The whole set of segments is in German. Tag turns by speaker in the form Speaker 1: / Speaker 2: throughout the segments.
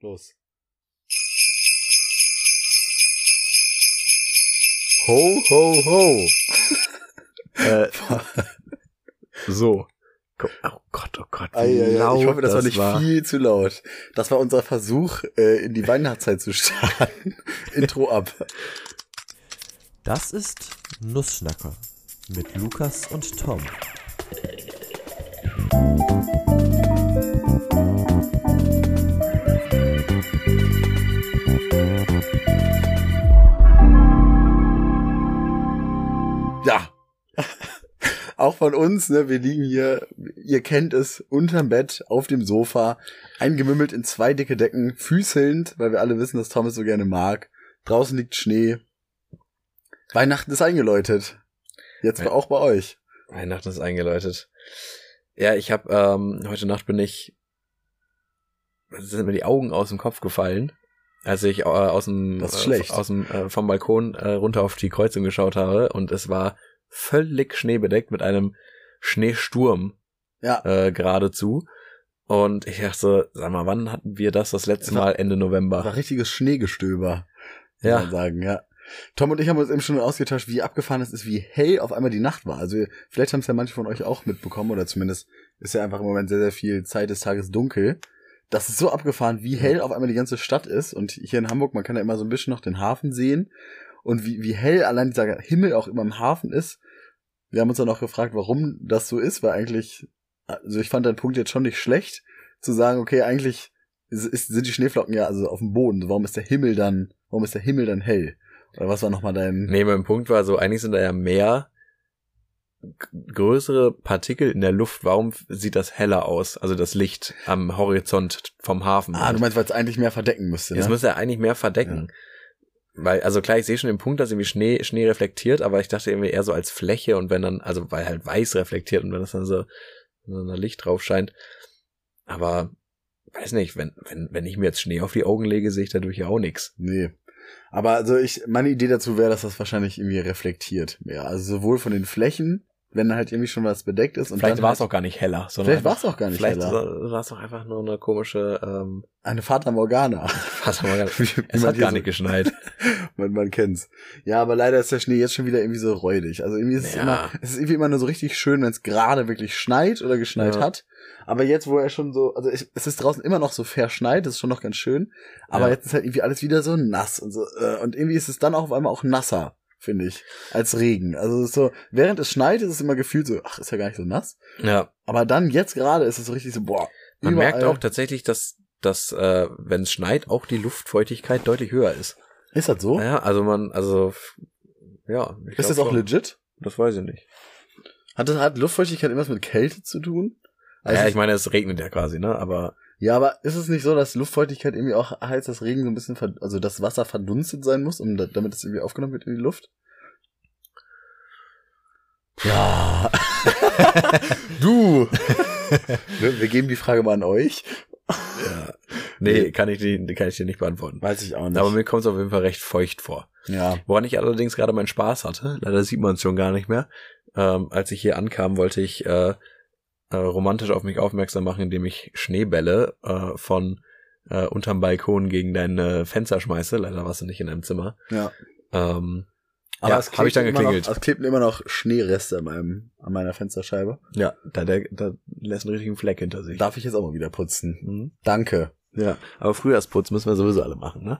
Speaker 1: Los.
Speaker 2: Ho, ho, ho. äh, so. Oh Gott, oh Gott.
Speaker 1: Ei, ei, ei.
Speaker 2: laut
Speaker 1: ich hoffe, das, war nicht
Speaker 2: war.
Speaker 1: viel zu laut. Das war unser Versuch, äh, in die Weihnachtszeit zu starten. Intro ab.
Speaker 3: Das ist Nussschnacker mit Lukas und Tom.
Speaker 1: Ja. Auch von uns, ne, wir liegen hier, ihr kennt es, unterm Bett, auf dem Sofa, eingemümmelt in zwei dicke Decken, füßelnd, weil wir alle wissen, dass Thomas so gerne mag. Draußen liegt Schnee. Weihnachten ist eingeläutet. Jetzt
Speaker 2: Ja.
Speaker 1: auch bei euch.
Speaker 2: Weihnachten ist eingeläutet. Ja, ich habe ähm, heute Nacht bin ich sind mir die Augen aus dem Kopf gefallen, als ich äh, aus dem
Speaker 1: Das ist
Speaker 2: äh,
Speaker 1: schlecht.
Speaker 2: aus dem äh, vom Balkon äh, runter auf die Kreuzung geschaut habe und es war völlig schneebedeckt mit einem Schneesturm
Speaker 1: Ja.
Speaker 2: äh, geradezu und ich dachte, sag mal, wann hatten wir das das letzte Mal Ende
Speaker 1: War
Speaker 2: November?
Speaker 1: richtiges Schneegestöber.
Speaker 2: Ja.
Speaker 1: Ja. Kann man sagen, ja. Tom und ich haben uns eben schon ausgetauscht, wie abgefahren es ist, wie hell auf einmal die Nacht war. Also vielleicht haben es ja manche von euch auch mitbekommen oder zumindest ist ja einfach im Moment sehr, sehr viel Zeit des Tages dunkel. Das ist so abgefahren, wie hell auf einmal die ganze Stadt ist. Und hier in Hamburg, man kann ja immer so ein bisschen noch den Hafen sehen. Und wie, wie hell allein dieser Himmel auch immer im Hafen ist. Wir haben uns dann auch gefragt, warum das so ist, weil eigentlich, also ich fand deinen Punkt jetzt schon nicht schlecht, zu sagen, okay, eigentlich ist, ist, sind die Schneeflocken ja also auf dem Boden. Warum ist der Himmel dann, warum ist der Himmel dann hell? Oder was war nochmal dein,
Speaker 2: Nee, mein Punkt war so, eigentlich sind da ja mehr g- größere Partikel in der Luft. Warum f- sieht das heller aus? Also das Licht am Horizont vom Hafen.
Speaker 1: ah, du meinst, weil es eigentlich mehr verdecken müsste,
Speaker 2: Jetzt
Speaker 1: ne?
Speaker 2: müsste er eigentlich mehr verdecken. Weil, also klar, ich sehe schon den Punkt, dass irgendwie Schnee, Schnee reflektiert, aber ich dachte irgendwie eher so als Fläche und wenn dann, also weil halt weiß reflektiert und wenn das dann so, wenn dann Licht drauf scheint. Aber, weiß nicht, wenn, wenn, wenn ich mir jetzt Schnee auf die Augen lege, sehe ich dadurch ja auch nichts.
Speaker 1: Nee. Aber also ich, meine Idee dazu wäre, dass das wahrscheinlich irgendwie reflektiert. Ja, also sowohl von den Flächen, wenn da halt irgendwie schon was bedeckt ist und
Speaker 2: Vielleicht
Speaker 1: dann
Speaker 2: war es
Speaker 1: halt,
Speaker 2: auch gar nicht heller, sondern
Speaker 1: vielleicht war es auch gar nicht
Speaker 2: Vielleicht
Speaker 1: heller.
Speaker 2: war es auch einfach nur eine komische, ähm,
Speaker 1: Eine Fata Morgana.
Speaker 2: warte mal,
Speaker 1: Wie- wie
Speaker 2: es
Speaker 1: man
Speaker 2: hat
Speaker 1: hier
Speaker 2: gar
Speaker 1: so-
Speaker 2: nicht geschneit.
Speaker 1: Man, man kennt's. Ja, aber leider ist der Schnee jetzt schon wieder irgendwie so räudig. Also irgendwie ist es
Speaker 2: Ja.
Speaker 1: immer, es ist irgendwie immer nur so richtig schön, wenn es gerade wirklich schneit oder geschneit
Speaker 2: Ja.
Speaker 1: hat. Aber jetzt, wo er schon so, also ich, es ist draußen immer noch so verschneit, das ist schon noch ganz schön. Aber
Speaker 2: Ja.
Speaker 1: jetzt ist halt irgendwie alles wieder so nass und so, äh, und irgendwie ist es dann auch auf einmal auch nasser, finde ich, als Regen. Also es ist so, während es schneit, ist es immer gefühlt so, ach, ist ja gar nicht so nass.
Speaker 2: Ja,
Speaker 1: Aber dann jetzt gerade ist es so richtig so, boah.
Speaker 2: man merkt
Speaker 1: überall-
Speaker 2: auch tatsächlich, dass, dass äh, wenn es schneit, auch die Luftfeuchtigkeit deutlich höher ist.
Speaker 1: Ist das so?
Speaker 2: Ja, also man, also f- ja.
Speaker 1: Oh. ist
Speaker 2: ich glaub
Speaker 1: das auch
Speaker 2: schon.
Speaker 1: legit?
Speaker 2: Das weiß ich nicht.
Speaker 1: Hat das hat Luftfeuchtigkeit irgendwas mit Kälte zu tun? Also
Speaker 2: ja, ich meine, es regnet ja quasi, ne? Aber
Speaker 1: Ja, aber ist es nicht so, dass Luftfeuchtigkeit irgendwie auch heißt, dass Regen so ein bisschen, verd- also das Wasser verdunstet sein muss, um da, damit es irgendwie aufgenommen wird in die Luft? Ja. du. wir, wir geben die Frage mal an euch.
Speaker 2: ja. nee, kann ich die, kann ich dir nicht beantworten.
Speaker 1: Weiß ich auch
Speaker 2: Aber mir kommt es auf jeden Fall recht feucht vor.
Speaker 1: ja.
Speaker 2: Woran ich allerdings gerade meinen Spaß hatte, leider sieht man es schon gar nicht mehr. Ähm, als ich hier ankam, wollte ich äh, äh, romantisch auf mich aufmerksam machen, indem ich Schneebälle äh, von äh, unterm Balkon gegen dein äh, Fenster schmeiße. Leider warst du nicht in deinem Zimmer.
Speaker 1: Ja.
Speaker 2: Ähm,
Speaker 1: Aber
Speaker 2: Ja,
Speaker 1: es
Speaker 2: hab ich dann
Speaker 1: klebten immer
Speaker 2: geklingelt.
Speaker 1: Noch, es klebten immer noch Schneereste an, meinem, an meiner Fensterscheibe.
Speaker 2: ja, da, der, da lässt einen richtigen Fleck hinter sich.
Speaker 1: Darf ich jetzt auch mal wieder putzen?
Speaker 2: Mhm.
Speaker 1: Danke.
Speaker 2: Ja, aber Frühjahrsputz müssen wir sowieso alle machen, ne?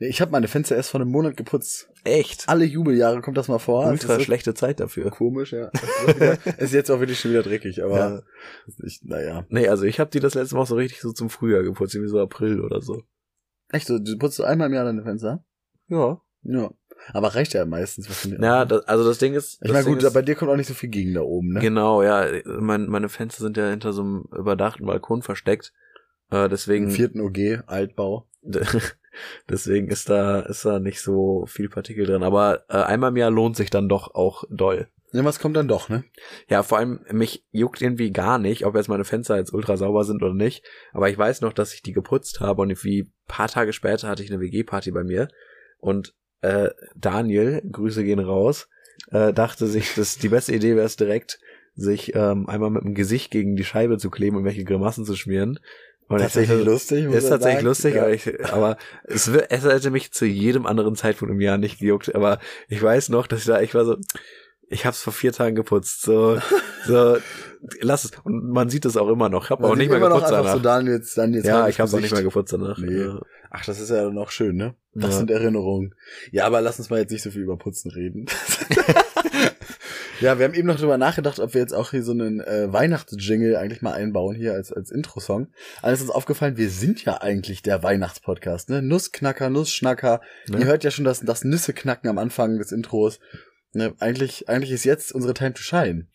Speaker 1: Nee, Ich habe meine Fenster erst vor einem Monat geputzt.
Speaker 2: Echt?
Speaker 1: Alle Jubeljahre kommt das mal vor. Oh, Das
Speaker 2: Ah, Ultra
Speaker 1: ist-
Speaker 2: schlechte Zeit dafür.
Speaker 1: Komisch, ja. ist jetzt auch wirklich schon wieder dreckig, aber
Speaker 2: Ja.
Speaker 1: ist nicht, naja.
Speaker 2: Nee, also ich habe die das letzte Mal auch so richtig so zum Frühjahr geputzt, irgendwie so April oder so.
Speaker 1: Echt, du, du putzt einmal im Jahr deine Fenster?
Speaker 2: Ja.
Speaker 1: Ja. Aber reicht ja meistens. Was du mir-
Speaker 2: Na, das, also das Ding ist.
Speaker 1: ich
Speaker 2: das
Speaker 1: meine,
Speaker 2: Ding
Speaker 1: gut,
Speaker 2: ist,
Speaker 1: bei dir kommt auch nicht so viel gegen da oben, ne?
Speaker 2: Genau, ja. Mein, meine Fenster sind ja hinter so einem überdachten Balkon versteckt. Äh,
Speaker 1: Im
Speaker 2: deswegen.
Speaker 1: vierten OG, Altbau.
Speaker 2: deswegen ist da, ist da nicht so viel Partikel drin. Aber äh, einmal im Jahr lohnt sich dann doch auch doll.
Speaker 1: Ja, was kommt dann doch, ne?
Speaker 2: Ja, vor allem, mich juckt irgendwie gar nicht, ob jetzt meine Fenster jetzt ultra sauber sind oder nicht. Aber ich weiß noch, dass ich die geputzt habe und wie paar Tage später hatte ich eine WG-Party bei mir. Und äh, Daniel, Grüße gehen raus, äh, dachte sich, dass die beste Idee wäre es direkt, sich ähm, einmal mit dem Gesicht gegen die Scheibe zu kleben und welche Grimassen zu schmieren. Und ich
Speaker 1: tatsächlich
Speaker 2: dachte,
Speaker 1: lustig. muss
Speaker 2: Ist
Speaker 1: man
Speaker 2: tatsächlich
Speaker 1: sagen.
Speaker 2: lustig,
Speaker 1: Ja.
Speaker 2: aber, ich, aber es, wär- es hätte mich zu jedem anderen Zeitpunkt im Jahr nicht gejuckt. Aber ich weiß noch, dass ich da, ich war so, ich hab's vor vier Tagen geputzt. So, so lass es. Und man sieht das auch immer noch. Ich hab
Speaker 1: Man
Speaker 2: auch
Speaker 1: sieht
Speaker 2: nicht mehr
Speaker 1: immer noch
Speaker 2: geputzt
Speaker 1: einfach
Speaker 2: danach.
Speaker 1: so Daniels, Daniels
Speaker 2: ja,
Speaker 1: halbes
Speaker 2: ich hab's auch nicht mehr
Speaker 1: Gesicht.
Speaker 2: geputzt danach.
Speaker 1: Nee.
Speaker 2: Ja.
Speaker 1: Ach, das ist ja dann auch schön, ne? Das
Speaker 2: Ja.
Speaker 1: sind Erinnerungen. Ja, aber lass uns mal jetzt nicht so viel über Putzen reden. ja, wir haben eben noch drüber nachgedacht, ob wir jetzt auch hier so einen äh, Weihnachtsjingle eigentlich mal einbauen hier als, als Intro-Song. Alles ist uns aufgefallen, wir sind ja eigentlich der Weihnachtspodcast, ne? Nussknacker, Nussschnacker.
Speaker 2: Ne?
Speaker 1: Ihr hört ja schon das, das Nüsse knacken am Anfang des Intros. Ne? Eigentlich, eigentlich ist jetzt unsere Time to Shine.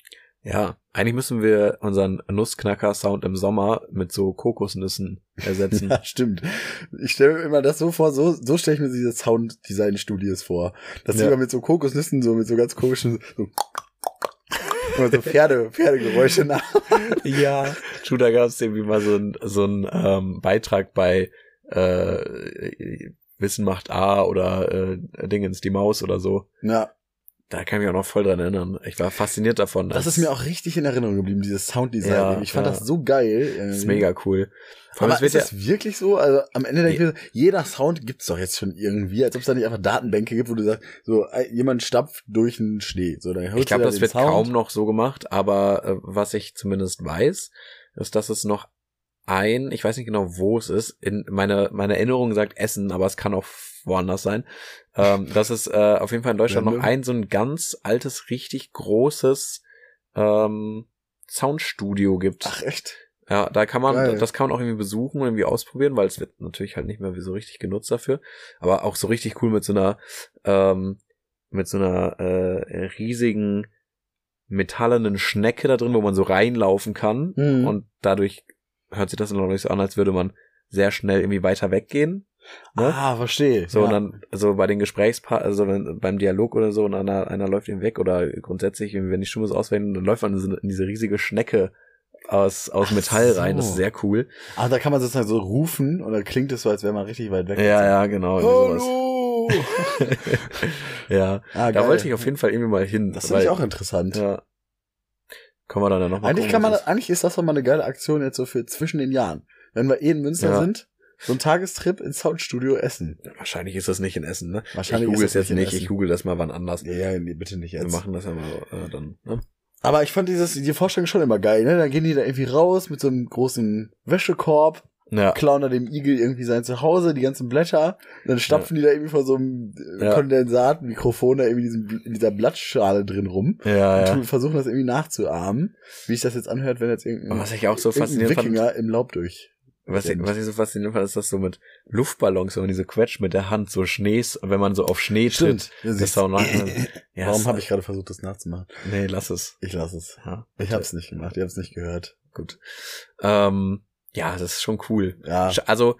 Speaker 2: Ja, eigentlich müssen wir unseren Nussknacker-Sound im Sommer mit so Kokosnüssen ersetzen.
Speaker 1: Ja, stimmt. Ich stelle mir immer das so vor, so, so stelle ich mir diese Sounddesign-Studios vor. Dass die
Speaker 2: Ja.
Speaker 1: immer mit so Kokosnüssen, so mit so ganz komischen, so, immer so Pferde, Pferdegeräusche nach.
Speaker 2: Ja, true, da gab es irgendwie mal so ein so ein, ähm, Beitrag bei äh, Wissen macht A oder äh, Dingens die Maus oder so.
Speaker 1: Na,
Speaker 2: Da kann ich mich auch noch voll dran erinnern. Ich war fasziniert davon.
Speaker 1: das ist mir auch richtig in Erinnerung geblieben, dieses Sounddesign.
Speaker 2: Ja,
Speaker 1: ich fand
Speaker 2: ja.
Speaker 1: das so geil.
Speaker 2: das ist
Speaker 1: ähm,
Speaker 2: mega cool. Vor allem,
Speaker 1: Aber
Speaker 2: es wird
Speaker 1: ist
Speaker 2: ja,
Speaker 1: das wirklich so? Also am Ende denke ich, mir so, jeder Sound gibt's doch jetzt schon irgendwie, als ob es da nicht einfach Datenbänke gibt, wo du sagst, so äh, jemand stapft durch den Schnee. So, dann hörst
Speaker 2: ich glaube,
Speaker 1: du da
Speaker 2: das
Speaker 1: den
Speaker 2: wird
Speaker 1: Sound.
Speaker 2: kaum noch so gemacht, aber äh, was ich zumindest weiß, ist, dass es noch ein, ich weiß nicht genau, wo es ist, in meine, meine Erinnerung sagt Essen, aber es kann auch woanders sein, ähm, dass es äh, auf jeden Fall in Deutschland noch
Speaker 1: Blende.
Speaker 2: ein so ein ganz altes, richtig großes ähm, Soundstudio gibt.
Speaker 1: Ach echt?
Speaker 2: Ja, da kann man,
Speaker 1: Geil.
Speaker 2: das kann man auch irgendwie besuchen und irgendwie ausprobieren, weil es wird natürlich halt nicht mehr so richtig genutzt dafür. Aber auch so richtig cool mit so einer, ähm, mit so einer äh, riesigen metallenen Schnecke da drin, wo man so reinlaufen kann.
Speaker 1: Mhm.
Speaker 2: Und dadurch hört sich das dann noch nicht so an, als würde man sehr schnell irgendwie weiter weggehen. Ne?
Speaker 1: Ah, verstehe.
Speaker 2: So,
Speaker 1: Ja.
Speaker 2: und dann, also bei den Gesprächspaar, also wenn, beim Dialog oder so, und einer, einer läuft ihm weg oder grundsätzlich, irgendwie, wenn die Stimme so auswählen, dann läuft man in diese, in diese riesige Schnecke aus, aus
Speaker 1: Ach
Speaker 2: Metall
Speaker 1: so.
Speaker 2: rein. Das ist sehr cool.
Speaker 1: Ach, da kann man sozusagen so rufen und dann klingt es so, als wäre man richtig weit weg.
Speaker 2: Ja, ja, genau. irgendwie sowas.
Speaker 1: Hallo!
Speaker 2: ja,
Speaker 1: ah,
Speaker 2: da wollte ich auf jeden Fall irgendwie mal hin.
Speaker 1: Das finde ich auch interessant.
Speaker 2: Ja. Können wir dann ja nochmal
Speaker 1: eigentlich kann man, eigentlich ist das doch mal eine geile Aktion jetzt so für zwischen den Jahren. Wenn wir eh in Münster
Speaker 2: Ja.
Speaker 1: sind, so ein Tagestrip ins Soundstudio essen.
Speaker 2: Wahrscheinlich ist das nicht in Essen, ne?
Speaker 1: Wahrscheinlich
Speaker 2: ich google
Speaker 1: ist
Speaker 2: es
Speaker 1: das
Speaker 2: jetzt
Speaker 1: nicht in
Speaker 2: nicht, ich
Speaker 1: Essen.
Speaker 2: google das mal wann anders.
Speaker 1: Ja, ja, nee, bitte nicht
Speaker 2: Wir
Speaker 1: jetzt.
Speaker 2: machen das ja mal äh, dann. Ne?
Speaker 1: Aber ich fand dieses, die Vorstellung schon immer geil, ne? Dann gehen die da irgendwie raus mit so einem großen Wäschekorb,
Speaker 2: Ja.
Speaker 1: klauen da dem Igel irgendwie sein Zuhause, die ganzen Blätter, und dann stapfen die da irgendwie vor so einem äh,
Speaker 2: Ja.
Speaker 1: Kondensatmikrofon da irgendwie diesem, in dieser Blattschale drin rum.
Speaker 2: Ah, Ja,
Speaker 1: und
Speaker 2: ja.
Speaker 1: tu- versuchen das irgendwie nachzuahmen, wie ich das jetzt anhört, wenn jetzt
Speaker 2: Und
Speaker 1: irgendein,
Speaker 2: was ich auch so
Speaker 1: irgendein
Speaker 2: faszinierend fand,
Speaker 1: Wikinger im Laub durch.
Speaker 2: was ich, was ich so faszinierend fand, ist das so mit Luftballons, wenn man diese quetscht mit der Hand, so Schnees, wenn man so auf Schnee tritt.
Speaker 1: Das
Speaker 2: Das ist
Speaker 1: ist
Speaker 2: auch noch, ja,
Speaker 1: Warum
Speaker 2: ist-
Speaker 1: habe ich gerade versucht, das nachzumachen?
Speaker 2: Nee, lass es.
Speaker 1: Ich lasse es.
Speaker 2: Ja,
Speaker 1: Ich habe es nicht gemacht, ihr habt es nicht gehört.
Speaker 2: gut. Ähm, ja, das ist schon cool.
Speaker 1: Ja,
Speaker 2: Sch- Also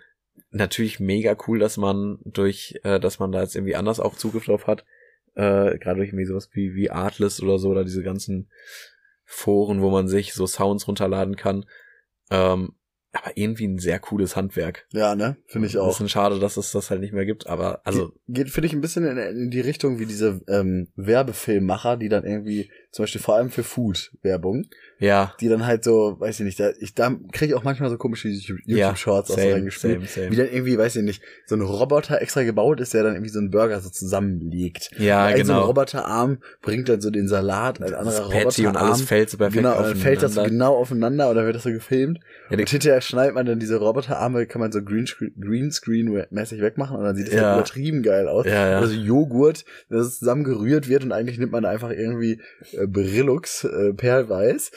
Speaker 2: natürlich mega cool, dass man durch, äh, dass man da jetzt irgendwie anders auch Zugriff drauf hat. Äh, Gerade durch irgendwie sowas wie, wie Artlist oder so oder diese ganzen Foren, wo man sich so Sounds runterladen kann. Ähm, aber irgendwie ein sehr cooles Handwerk.
Speaker 1: ja, ne? Finde ich
Speaker 2: Ein
Speaker 1: auch.
Speaker 2: bisschen schade, dass es das halt nicht mehr gibt, aber also
Speaker 1: Geht, finde ich, ein bisschen in, in die Richtung wie diese ähm, Werbefilmmacher, die dann irgendwie, zum Beispiel vor allem für Food-Werbung,
Speaker 2: ja.
Speaker 1: die dann halt so, weiß ich nicht, da, ich, da kriege ich auch manchmal so komische YouTube-Shorts aus
Speaker 2: same,
Speaker 1: reingespielt.
Speaker 2: same, same.
Speaker 1: Wie dann irgendwie, weiß ich nicht, so ein Roboter extra gebaut ist, der dann irgendwie so einen Burger so zusammenlegt. Also
Speaker 2: ja,
Speaker 1: ein so ein
Speaker 2: genau.
Speaker 1: Roboterarm bringt dann so den Salat, ein
Speaker 2: das
Speaker 1: anderer
Speaker 2: Patty
Speaker 1: Roboterarm.
Speaker 2: und alles fällt so perfekt
Speaker 1: genau, und dann fällt das so
Speaker 2: aufeinander.
Speaker 1: genau aufeinander und dann wird das so gefilmt.
Speaker 2: Ja, die-
Speaker 1: und hinterher schneidet man dann diese Roboterarme, kann man so Greenscreen- Greenscreen-mäßig wegmachen und dann sieht es
Speaker 2: Ja.
Speaker 1: halt übertrieben geil aus.
Speaker 2: Ja, ja.
Speaker 1: Also Joghurt, das zusammen gerührt wird und eigentlich nimmt man einfach irgendwie äh, Brillux, äh, Perlweiß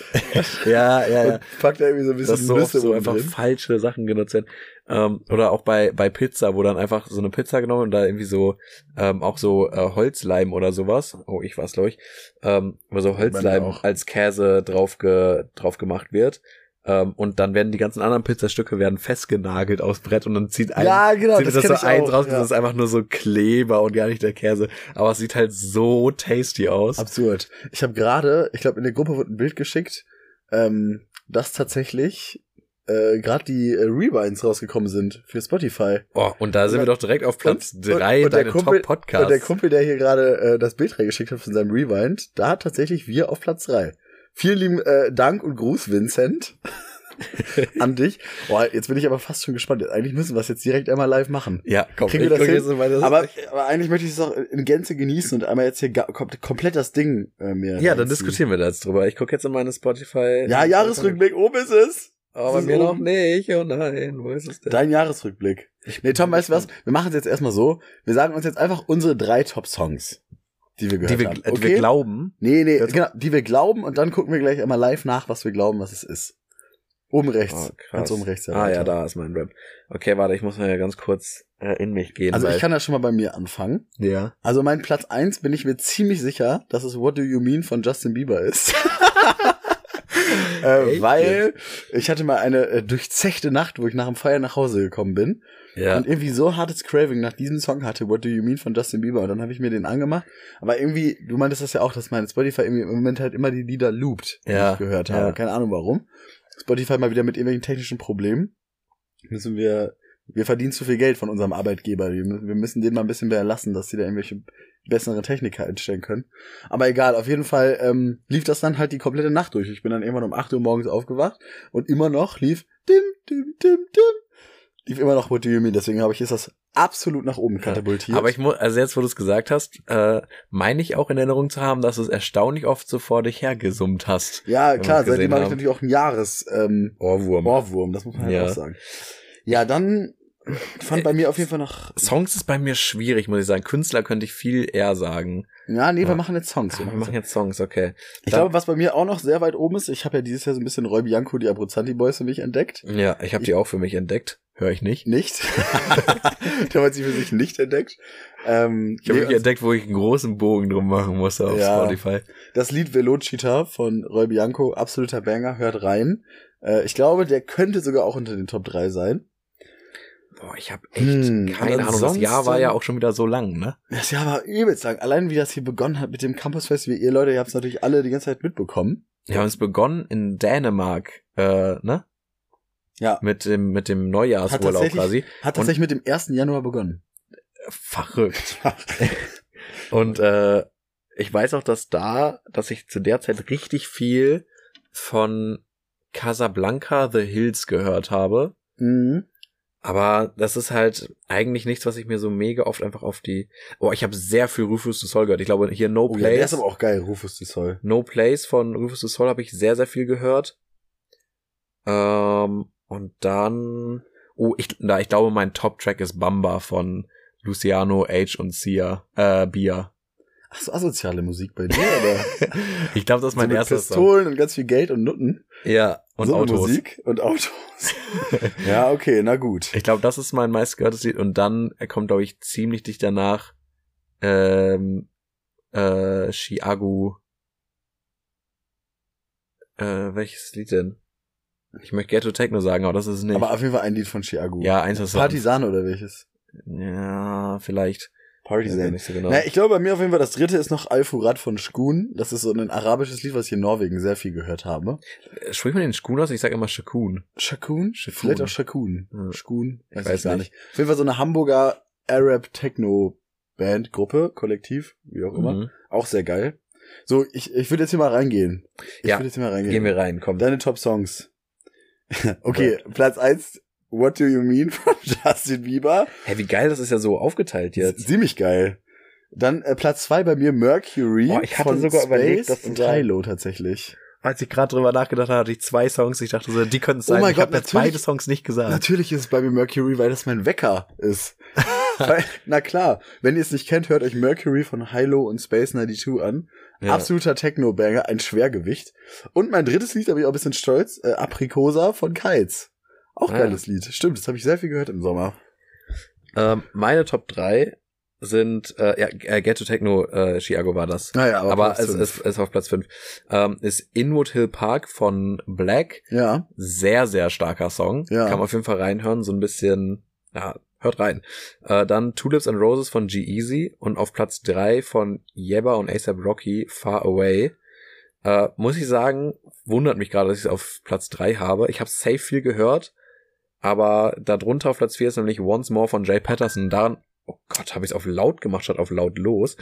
Speaker 2: ja, ja, ja.
Speaker 1: und packt da irgendwie so ein bisschen
Speaker 2: dass Äh, so oft
Speaker 1: Nüsse
Speaker 2: so
Speaker 1: oben
Speaker 2: einfach
Speaker 1: drin.
Speaker 2: falsche Sachen genutzt werden. Ähm, oder auch bei, bei Pizza, wo dann einfach so eine Pizza genommen und da irgendwie so ähm, auch so äh, Holzleim oder sowas. Oh, ich war's, glaube ich. Ähm, wo so
Speaker 1: Bei mir
Speaker 2: Holzleim
Speaker 1: auch.
Speaker 2: als Käse drauf, ge, drauf gemacht wird. Ähm, und dann werden die ganzen anderen Pizzastücke werden festgenagelt aufs Brett und dann zieht ein,
Speaker 1: Ja, genau,
Speaker 2: zieht das,
Speaker 1: kenn
Speaker 2: so
Speaker 1: ich
Speaker 2: eins
Speaker 1: auch,
Speaker 2: raus,
Speaker 1: ja.
Speaker 2: das ist einfach nur so Kleber und gar nicht der Käse. Aber es sieht halt so tasty aus.
Speaker 1: Absurd. Ich habe gerade, ich glaube, in der Gruppe wurde ein Bild geschickt, ähm, dass tatsächlich äh, gerade die äh, Rebinds rausgekommen sind für Spotify.
Speaker 2: Oh, und da sind
Speaker 1: Und-
Speaker 2: wir doch direkt auf Platz
Speaker 1: und- und-
Speaker 2: drei
Speaker 1: und der
Speaker 2: deine
Speaker 1: Kumpel- Und der
Speaker 2: Top-Podcasts.
Speaker 1: Kumpel, der hier gerade äh, das Bild reingeschickt hat von seinem Rewind, da hat tatsächlich wir auf Platz drei. Vielen lieben äh, Dank und Gruß, Vincent. an dich. Boah, jetzt bin ich aber fast schon gespannt. Eigentlich müssen wir es jetzt direkt einmal live machen.
Speaker 2: Ja, komm,
Speaker 1: Kriegen wir das
Speaker 2: guck
Speaker 1: hin?
Speaker 2: jetzt mal, das
Speaker 1: Aber, aber eigentlich möchte ich es auch in Gänze genießen und einmal jetzt hier ga- kom komplett das Ding äh, mir.
Speaker 2: ja, dann
Speaker 1: reinziehen.
Speaker 2: diskutieren wir das drüber. Ich gucke jetzt in meine Spotify.
Speaker 1: Ja, Jahresrückblick, oben ist es.
Speaker 2: Oh, bei
Speaker 1: ist um.
Speaker 2: mir noch
Speaker 1: oben.
Speaker 2: nicht. Oh nein, wo ist es denn?
Speaker 1: Dein Jahresrückblick. Nee, Tom, weißt du was? Wir machen es jetzt erstmal so. Wir sagen uns jetzt einfach unsere drei Top-Songs, die wir gehört
Speaker 2: die, wir,
Speaker 1: haben.
Speaker 2: äh, die wir glauben.
Speaker 1: Nee, nee, genau, die wir glauben und dann gucken wir gleich einmal live nach, was wir glauben, was es ist. Oben rechts.
Speaker 2: Oh, krass.
Speaker 1: Ganz oben rechts.
Speaker 2: Ah ja,
Speaker 1: weiter.
Speaker 2: da ist mein Rap. Okay, warte, ich muss mal ganz kurz äh, in mich gehen.
Speaker 1: Also
Speaker 2: weil,
Speaker 1: ich kann ja schon mal bei mir anfangen.
Speaker 2: ja.
Speaker 1: Also mein Platz eins bin ich mir ziemlich sicher, dass es What Do You Mean von Justin Bieber ist. äh,
Speaker 2: Echt
Speaker 1: weil ich hatte mal eine äh, durchzechte Nacht, wo ich nach dem Feiern nach Hause gekommen bin
Speaker 2: Ja.
Speaker 1: und irgendwie so hartes Craving nach diesem Song hatte, What Do You Mean von Justin Bieber. Und dann habe ich mir den angemacht. Aber irgendwie, du meintest das ja auch, dass mein Spotify irgendwie im Moment halt immer die Lieder loopt, die
Speaker 2: Ja,
Speaker 1: ich gehört habe.
Speaker 2: ja.
Speaker 1: Keine Ahnung warum. Spotify mal wieder mit irgendwelchen technischen Problemen. Müssen wir, wir verdienen zu viel Geld von unserem Arbeitgeber. Wir müssen, wir müssen denen mal ein bisschen mehr lassen, dass sie da irgendwelche bessere Techniker einstellen können. Aber egal, auf jeden Fall ähm, lief das dann halt die komplette Nacht durch. Ich bin dann irgendwann um 8 Uhr morgens aufgewacht und immer noch lief dim, dim, dim, dim. Lief immer noch What Do You Mean, deswegen habe ich ist das absolut nach oben katapultiert.
Speaker 2: Aber ich muss, also jetzt, wo du es gesagt hast, äh, meine ich auch in Erinnerung zu haben, dass du es erstaunlich oft so vor dich hergesummt hast.
Speaker 1: ja,
Speaker 2: Wenn
Speaker 1: klar,
Speaker 2: wir's gesehen
Speaker 1: seitdem habe ich
Speaker 2: haben.
Speaker 1: natürlich auch ein Jahres ähm,
Speaker 2: Ohrwurm.
Speaker 1: Ohrwurm, das muss man halt
Speaker 2: Ja.
Speaker 1: auch sagen. Ja, dann fand bei mir auf jeden Fall noch
Speaker 2: Songs ist bei mir schwierig, muss ich sagen. Künstler könnte ich viel eher sagen.
Speaker 1: Ja, nee,
Speaker 2: Ja.
Speaker 1: wir machen jetzt Songs.
Speaker 2: Ach, wir machen jetzt Songs, okay.
Speaker 1: ich glaube, was bei mir auch noch sehr weit oben ist, ich habe ja dieses Jahr so ein bisschen Roy Bianco, die Abruzzanti Boys für mich entdeckt.
Speaker 2: Ja, ich habe die auch für mich entdeckt. Hör ich nicht.
Speaker 1: Nicht. der hat sie für sich nicht entdeckt. Ähm,
Speaker 2: Ich habe
Speaker 1: nee,
Speaker 2: wirklich entdeckt, wo ich einen großen Bogen drum machen musste auf
Speaker 1: Ja.
Speaker 2: Spotify.
Speaker 1: das Lied Velocita von Roy Bianco, absoluter Banger, hört rein. Äh, ich glaube, der könnte sogar auch unter den Top 3 sein.
Speaker 2: Boah, ich habe echt
Speaker 1: Hm, und
Speaker 2: keine Ahnung. Das
Speaker 1: ansonsten-
Speaker 2: Jahr war ja auch schon wieder so lang, ne?
Speaker 1: Das Jahr war übelst lang. Allein wie das hier begonnen hat mit dem Campus Festival. Ihr Leute, ihr habt es natürlich alle die ganze Zeit mitbekommen.
Speaker 2: Wir haben es begonnen in Dänemark, äh, ne?
Speaker 1: Ja.
Speaker 2: Mit dem, mit dem
Speaker 1: Hat
Speaker 2: Neujahrsurlaub
Speaker 1: tatsächlich-
Speaker 2: quasi.
Speaker 1: Hat tatsächlich mit dem 1. Januar begonnen.
Speaker 2: Verrückt. Und äh, ich weiß auch, dass da, dass ich zu der Zeit richtig viel von Casablanca The Hills gehört habe.
Speaker 1: Mhm.
Speaker 2: Aber das ist halt eigentlich nichts, was ich mir so mega oft einfach auf die. Oh, ich habe sehr viel Rufus the Soul gehört. Ich glaube, hier No
Speaker 1: Oh, ja, der ist
Speaker 2: Place.
Speaker 1: aber auch geil, Rufus the Soul.
Speaker 2: no Place von Rufus the Soul habe ich sehr, sehr viel gehört. Ähm, und dann. Oh, ich, na, ich glaube, mein Top-Track ist Bamba von Luciano, H und Sia, äh, Bia.
Speaker 1: Ach so, asoziale Musik bei dir, oder?
Speaker 2: Ich glaube, das ist mein
Speaker 1: so mit
Speaker 2: erster Song.
Speaker 1: Pistolen und ganz viel Geld und Nutten.
Speaker 2: Ja, und
Speaker 1: so eine
Speaker 2: Autos.
Speaker 1: Musik und Autos. ja, okay, na gut.
Speaker 2: Ich glaube, das ist mein meistgehörtes Lied. Und dann kommt, glaube ich, ziemlich dicht danach ähm, äh, Chiagu. Äh, welches Lied denn? Ich möchte Ghetto Techno sagen, aber das ist es nicht.
Speaker 1: Aber auf jeden Fall ein Lied von Chiago.
Speaker 2: ja, eins ist
Speaker 1: Partisan oder welches?
Speaker 2: Ja, vielleicht. Ja,
Speaker 1: Partisan.
Speaker 2: nicht so genau.
Speaker 1: Na, ich glaube, bei mir auf jeden Fall das dritte ist noch Al-Furat von Shkun. Das ist so ein arabisches Lied, was ich in Norwegen sehr viel gehört habe.
Speaker 2: Äh, Sprich mal den Schkun aus, ich sag immer Schakun.
Speaker 1: Shakun?
Speaker 2: Shakun.
Speaker 1: Vielleicht auch Shakun.
Speaker 2: Ja.
Speaker 1: Shkun? Weiß ich
Speaker 2: weiß
Speaker 1: gar
Speaker 2: nicht.
Speaker 1: nicht. Auf jeden Fall so eine Hamburger Arab-Techno-Band, Gruppe, Kollektiv, wie auch immer.
Speaker 2: Mhm.
Speaker 1: Auch sehr geil. So, ich, ich würde jetzt hier mal reingehen. Ich
Speaker 2: Ja,
Speaker 1: würde jetzt hier mal reingehen.
Speaker 2: Gehen wir rein, komm.
Speaker 1: Deine Top-Songs. okay, Platz eins. What Do You Mean von Justin Bieber.
Speaker 2: Hey, wie geil, das ist ja so aufgeteilt jetzt.
Speaker 1: Ziemlich geil. Dann äh, Platz zwei bei mir Mercury
Speaker 2: Oh, ich hatte sogar überlegt, das zu
Speaker 1: und
Speaker 2: sagen.
Speaker 1: Kylo tatsächlich.
Speaker 2: Als ich gerade drüber nachgedacht habe, hatte ich zwei Songs. Ich dachte so, die können es
Speaker 1: Oh
Speaker 2: sein.
Speaker 1: mein
Speaker 2: ich habe
Speaker 1: Gott,
Speaker 2: jetzt
Speaker 1: natürlich.
Speaker 2: beide Songs nicht gesagt.
Speaker 1: Natürlich ist es bei mir Mercury, weil das mein Wecker ist. weil, na klar, wenn ihr es nicht kennt, hört euch Mercury von Hilo und Space 92 an. Absoluter Techno-Banger, ein Schwergewicht. Und mein drittes Lied, da bin ich auch ein bisschen stolz, äh, Aprikosa von Kites. Auch
Speaker 2: Ah.
Speaker 1: geiles Lied. Stimmt, das habe ich sehr viel gehört im Sommer.
Speaker 2: Ähm, meine Top 3 sind, äh, ja, äh, Ghetto Techno, äh, Chiago war das.
Speaker 1: Naja, aber,
Speaker 2: Aber
Speaker 1: Platz
Speaker 2: es
Speaker 1: fünf.
Speaker 2: ist, ist auf Platz 5. Ähm, ist Inwood Hill Park von Black.
Speaker 1: Ja,
Speaker 2: Sehr, sehr starker Song.
Speaker 1: Ja.
Speaker 2: Kann man auf jeden Fall reinhören. So ein bisschen, ja, hört rein. Äh, dann Tulips and Roses von G-Eazy und auf Platz 3 von Yebba und ASAP Rocky Far Away. Äh, muss ich sagen, wundert mich gerade, dass ich es auf Platz 3 habe. Ich habe safe viel gehört, aber darunter auf Platz 4 ist nämlich Once More von Jay Patterson. Daran, oh Gott, habe ich es auf laut gemacht statt auf laut los.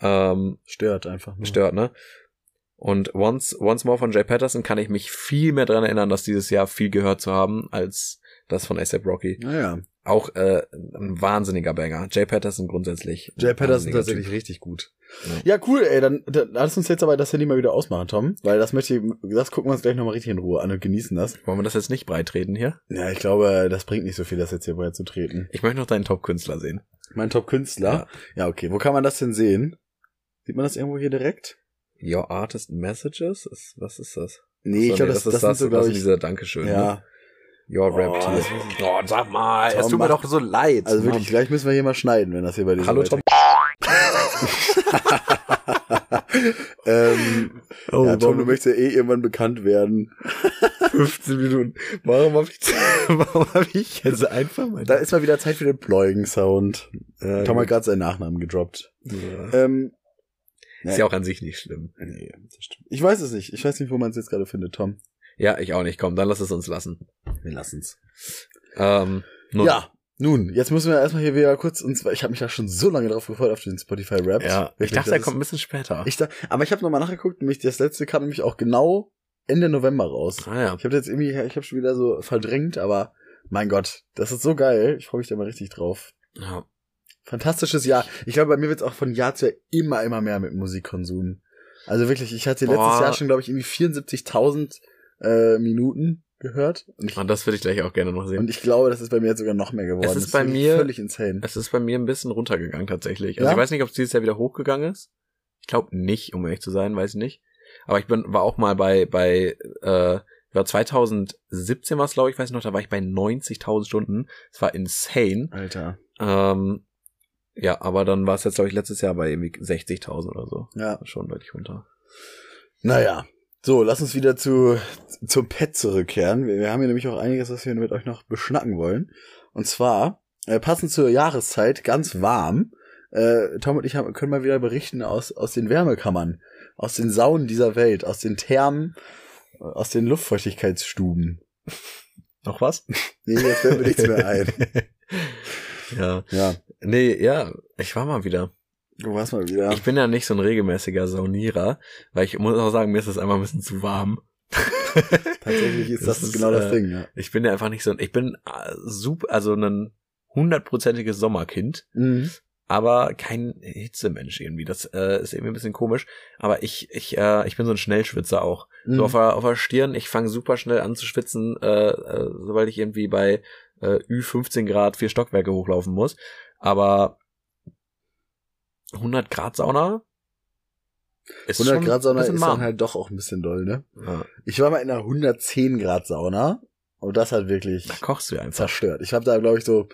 Speaker 2: Ähm,
Speaker 1: stört einfach. Nur.
Speaker 2: stört, ne? Und Once, Once More von Jay Patterson kann ich mich viel mehr dran erinnern, das dieses Jahr viel gehört zu haben, als das von ASAP Rocky.
Speaker 1: Naja.
Speaker 2: Auch äh, ein wahnsinniger Banger. Jay Patterson grundsätzlich.
Speaker 1: Jay
Speaker 2: ein
Speaker 1: Patterson
Speaker 2: wahnsinniger
Speaker 1: tatsächlich
Speaker 2: Typ.
Speaker 1: richtig gut. Ja, cool, ey. Dann, dann lass uns jetzt aber das Handy mal wieder ausmachen, Tom. Weil das möchte ich, das gucken wir uns gleich nochmal richtig in Ruhe an und genießen das.
Speaker 2: Wollen wir das jetzt nicht breit reden hier?
Speaker 1: Ja, ich glaube, das bringt nicht so viel, das jetzt hier vorher zu treten.
Speaker 2: Ich möchte noch deinen Top-Künstler sehen.
Speaker 1: Mein Top-Künstler. Ja. okay. Wo kann man das denn sehen? Sieht man das irgendwo hier direkt?
Speaker 2: Your Artist Messages? Ist- Was ist das?
Speaker 1: Nee, ich
Speaker 2: So,
Speaker 1: glaube, das, das, sind so,
Speaker 2: das
Speaker 1: glaube
Speaker 2: ist
Speaker 1: ich.
Speaker 2: dieser Dankeschön. Ne?
Speaker 1: ja,
Speaker 2: Your Rap
Speaker 1: Oh, das
Speaker 2: Tier. Oh, sag mal,
Speaker 1: Tom macht-
Speaker 2: so leid.
Speaker 1: also wirklich,
Speaker 2: Mann.
Speaker 1: gleich müssen wir hier mal schneiden, wenn das hier bei dir
Speaker 2: Hallo
Speaker 1: so
Speaker 2: Tom.
Speaker 1: weit- ähm,
Speaker 2: Oh,
Speaker 1: ja, Tom, du möchtest ja eh irgendwann bekannt werden.
Speaker 2: 15 Minuten. Warum habe ich, warum hab ich jetzt einfach mal
Speaker 1: Da ist mal wieder Zeit für den Äh, Pleugen-Sound.
Speaker 2: Ja,
Speaker 1: Tom
Speaker 2: gut.
Speaker 1: hat gerade seinen Nachnamen gedroppt.
Speaker 2: Ja.
Speaker 1: Ähm,
Speaker 2: Ist ja auch an sich nicht schlimm.
Speaker 1: nee, das stimmt. Ich weiß es nicht. Ich weiß nicht, wo man es jetzt gerade findet, Tom.
Speaker 2: Ja, ich auch nicht. Komm, dann lass es uns lassen.
Speaker 1: Wir lassen's.
Speaker 2: Ähm, nun,
Speaker 1: Ja, nun, jetzt müssen wir erstmal hier wieder kurz und zwar, ich habe mich da schon so lange drauf gefreut auf den Spotify Rap.
Speaker 2: ja. Ich dachte, er kommt ein bisschen später.
Speaker 1: Ah. Ich da, aber ich habe nochmal nachgeguckt, nämlich das letzte kam nämlich auch genau Ende November raus.
Speaker 2: ah ja.
Speaker 1: Ich habe jetzt irgendwie, ich habe schon wieder so verdrängt, aber mein Gott, das ist so geil. Ich freue mich da mal richtig drauf.
Speaker 2: ja.
Speaker 1: Fantastisches Jahr. Ich glaube, bei mir wird's auch von Jahr zu Jahr immer, immer mehr mit Musikkonsum. Also wirklich, ich hatte letztes
Speaker 2: Boah.
Speaker 1: Jahr schon, glaube ich, irgendwie 74.000 äh, Minuten gehört. Und ich,
Speaker 2: Und Ah, das würde ich gleich auch gerne noch sehen.
Speaker 1: und ich glaube, das ist bei mir jetzt sogar noch mehr geworden.
Speaker 2: Es ist
Speaker 1: Das
Speaker 2: bei
Speaker 1: wirklich
Speaker 2: mir-
Speaker 1: völlig insane.
Speaker 2: Es ist bei mir ein bisschen runtergegangen tatsächlich. Also
Speaker 1: Ja?
Speaker 2: ich weiß nicht, ob es dieses Jahr wieder hochgegangen ist. Ich glaube nicht, um ehrlich zu sein, weiß ich nicht. Aber ich bin, war auch mal bei, bei äh, war 2017 war es, glaube ich, weiß ich noch, da war ich bei 90.000 Stunden. Es war insane.
Speaker 1: Alter.
Speaker 2: Ähm, ja, aber dann war es jetzt, glaube ich, letztes Jahr bei irgendwie 60.000 oder so.
Speaker 1: Ja.
Speaker 2: Schon deutlich runter.
Speaker 1: Naja, so, lass uns wieder zu, zum Pet zurückkehren. Wir, wir haben hier nämlich auch einiges, was wir mit euch noch beschnacken wollen. Und zwar, äh, passend zur Jahreszeit, ganz warm. Äh, Tom und ich haben, können mal wieder berichten aus, aus den Wärmekammern, aus den Saunen dieser Welt, aus den Thermen, äh, aus den Luftfeuchtigkeitsstuben.
Speaker 2: Noch was?
Speaker 1: Nee, jetzt fällt mir nichts mehr ein.
Speaker 2: ja.
Speaker 1: Ja,
Speaker 2: Nee, ja, ich war mal wieder.
Speaker 1: du warst mal wieder.
Speaker 2: Ich bin ja nicht so ein regelmäßiger Saunierer, weil ich muss auch sagen, mir ist das einmal ein bisschen zu warm.
Speaker 1: Tatsächlich ist das,
Speaker 2: Das ist,
Speaker 1: genau das
Speaker 2: äh,
Speaker 1: Ding, ja.
Speaker 2: Ich bin ja einfach nicht so ein, ich bin äh, super, also ein hundertprozentiges Sommerkind,
Speaker 1: Mhm.
Speaker 2: aber kein Hitzemensch irgendwie. Das äh, ist irgendwie ein bisschen komisch. Aber ich, ich, äh, ich bin so ein Schnellschwitzer auch.
Speaker 1: Mhm.
Speaker 2: So auf der, auf der Stirn, ich fange super schnell an zu schwitzen, äh, äh, sobald ich irgendwie bei äh, Ü15 Grad vier Stockwerke hochlaufen muss. Aber 100 Grad Sauna ist
Speaker 1: 100
Speaker 2: schon
Speaker 1: Grad Sauna
Speaker 2: ein
Speaker 1: ist
Speaker 2: bisschen
Speaker 1: dann
Speaker 2: warm.
Speaker 1: halt doch auch ein bisschen doll, ne?
Speaker 2: ja,
Speaker 1: Ich war mal in einer 110 Grad Sauna und das hat wirklich
Speaker 2: da kochst du einfach.
Speaker 1: zerstört. Ich habe da glaube ich so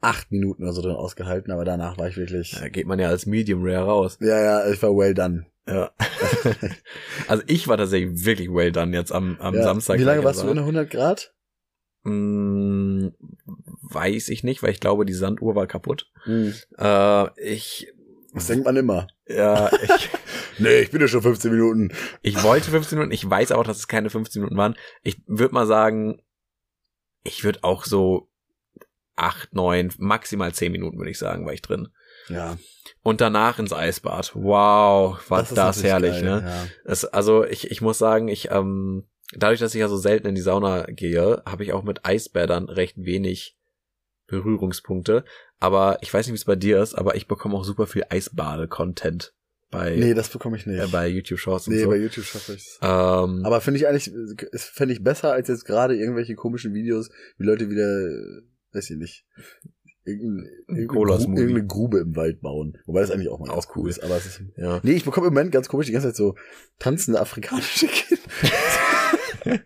Speaker 1: acht Minuten oder so drin ausgehalten, aber danach war ich wirklich.
Speaker 2: Da geht man ja als Medium Rare raus.
Speaker 1: Ja, ja, ich war well done.
Speaker 2: Ja. also ich war tatsächlich wirklich well done jetzt am, am
Speaker 1: ja.
Speaker 2: Samstag.
Speaker 1: Wie lange
Speaker 2: gleich,
Speaker 1: warst du
Speaker 2: aber-
Speaker 1: in der 100 Grad?
Speaker 2: Mm, Weiß ich nicht, weil ich glaube, die Sanduhr war kaputt.
Speaker 1: Hm.
Speaker 2: Äh, ich,
Speaker 1: Das denkt man immer.
Speaker 2: ja, ich,
Speaker 1: Nee, ich bin ja schon 15 Minuten.
Speaker 2: Ich wollte 15 Minuten, ich weiß auch, dass es keine 15 Minuten waren. Ich würde mal sagen, ich würde auch so 8, 9, maximal 10 Minuten, würde ich sagen, war ich drin.
Speaker 1: Ja,
Speaker 2: Und danach ins Eisbad. Wow, war das,
Speaker 1: ist natürlich
Speaker 2: herrlich,
Speaker 1: geil,
Speaker 2: ne?
Speaker 1: Ja.
Speaker 2: Es, also ich, ich muss sagen, ich, ähm, dadurch, dass ich ja so selten in die Sauna gehe, habe ich auch mit Eisbädern recht wenig Berührungspunkte. Aber ich weiß nicht, wie es bei dir ist, aber ich bekomme auch super viel Eisbade-Content bei,
Speaker 1: Nee, das bekomme ich nicht.
Speaker 2: äh, bei YouTube Shorts und
Speaker 1: nee,
Speaker 2: so.
Speaker 1: bei YouTube schaffe ich's.
Speaker 2: ähm,
Speaker 1: Aber finde ich eigentlich, es fände ich besser als jetzt gerade irgendwelche komischen Videos, wie Leute wieder, äh, weiß ich nicht, irgendein- irgendeine, Gru
Speaker 2: Cola-Smoothie.
Speaker 1: irgendeine Grube im Wald bauen. Wobei das eigentlich auch mal ganz
Speaker 2: Auch
Speaker 1: cool
Speaker 2: cool.
Speaker 1: ist, aber es ist
Speaker 2: ja.
Speaker 1: Nee, ich bekomme im Moment ganz komisch die ganze Zeit so tanzende afrikanische Kinder.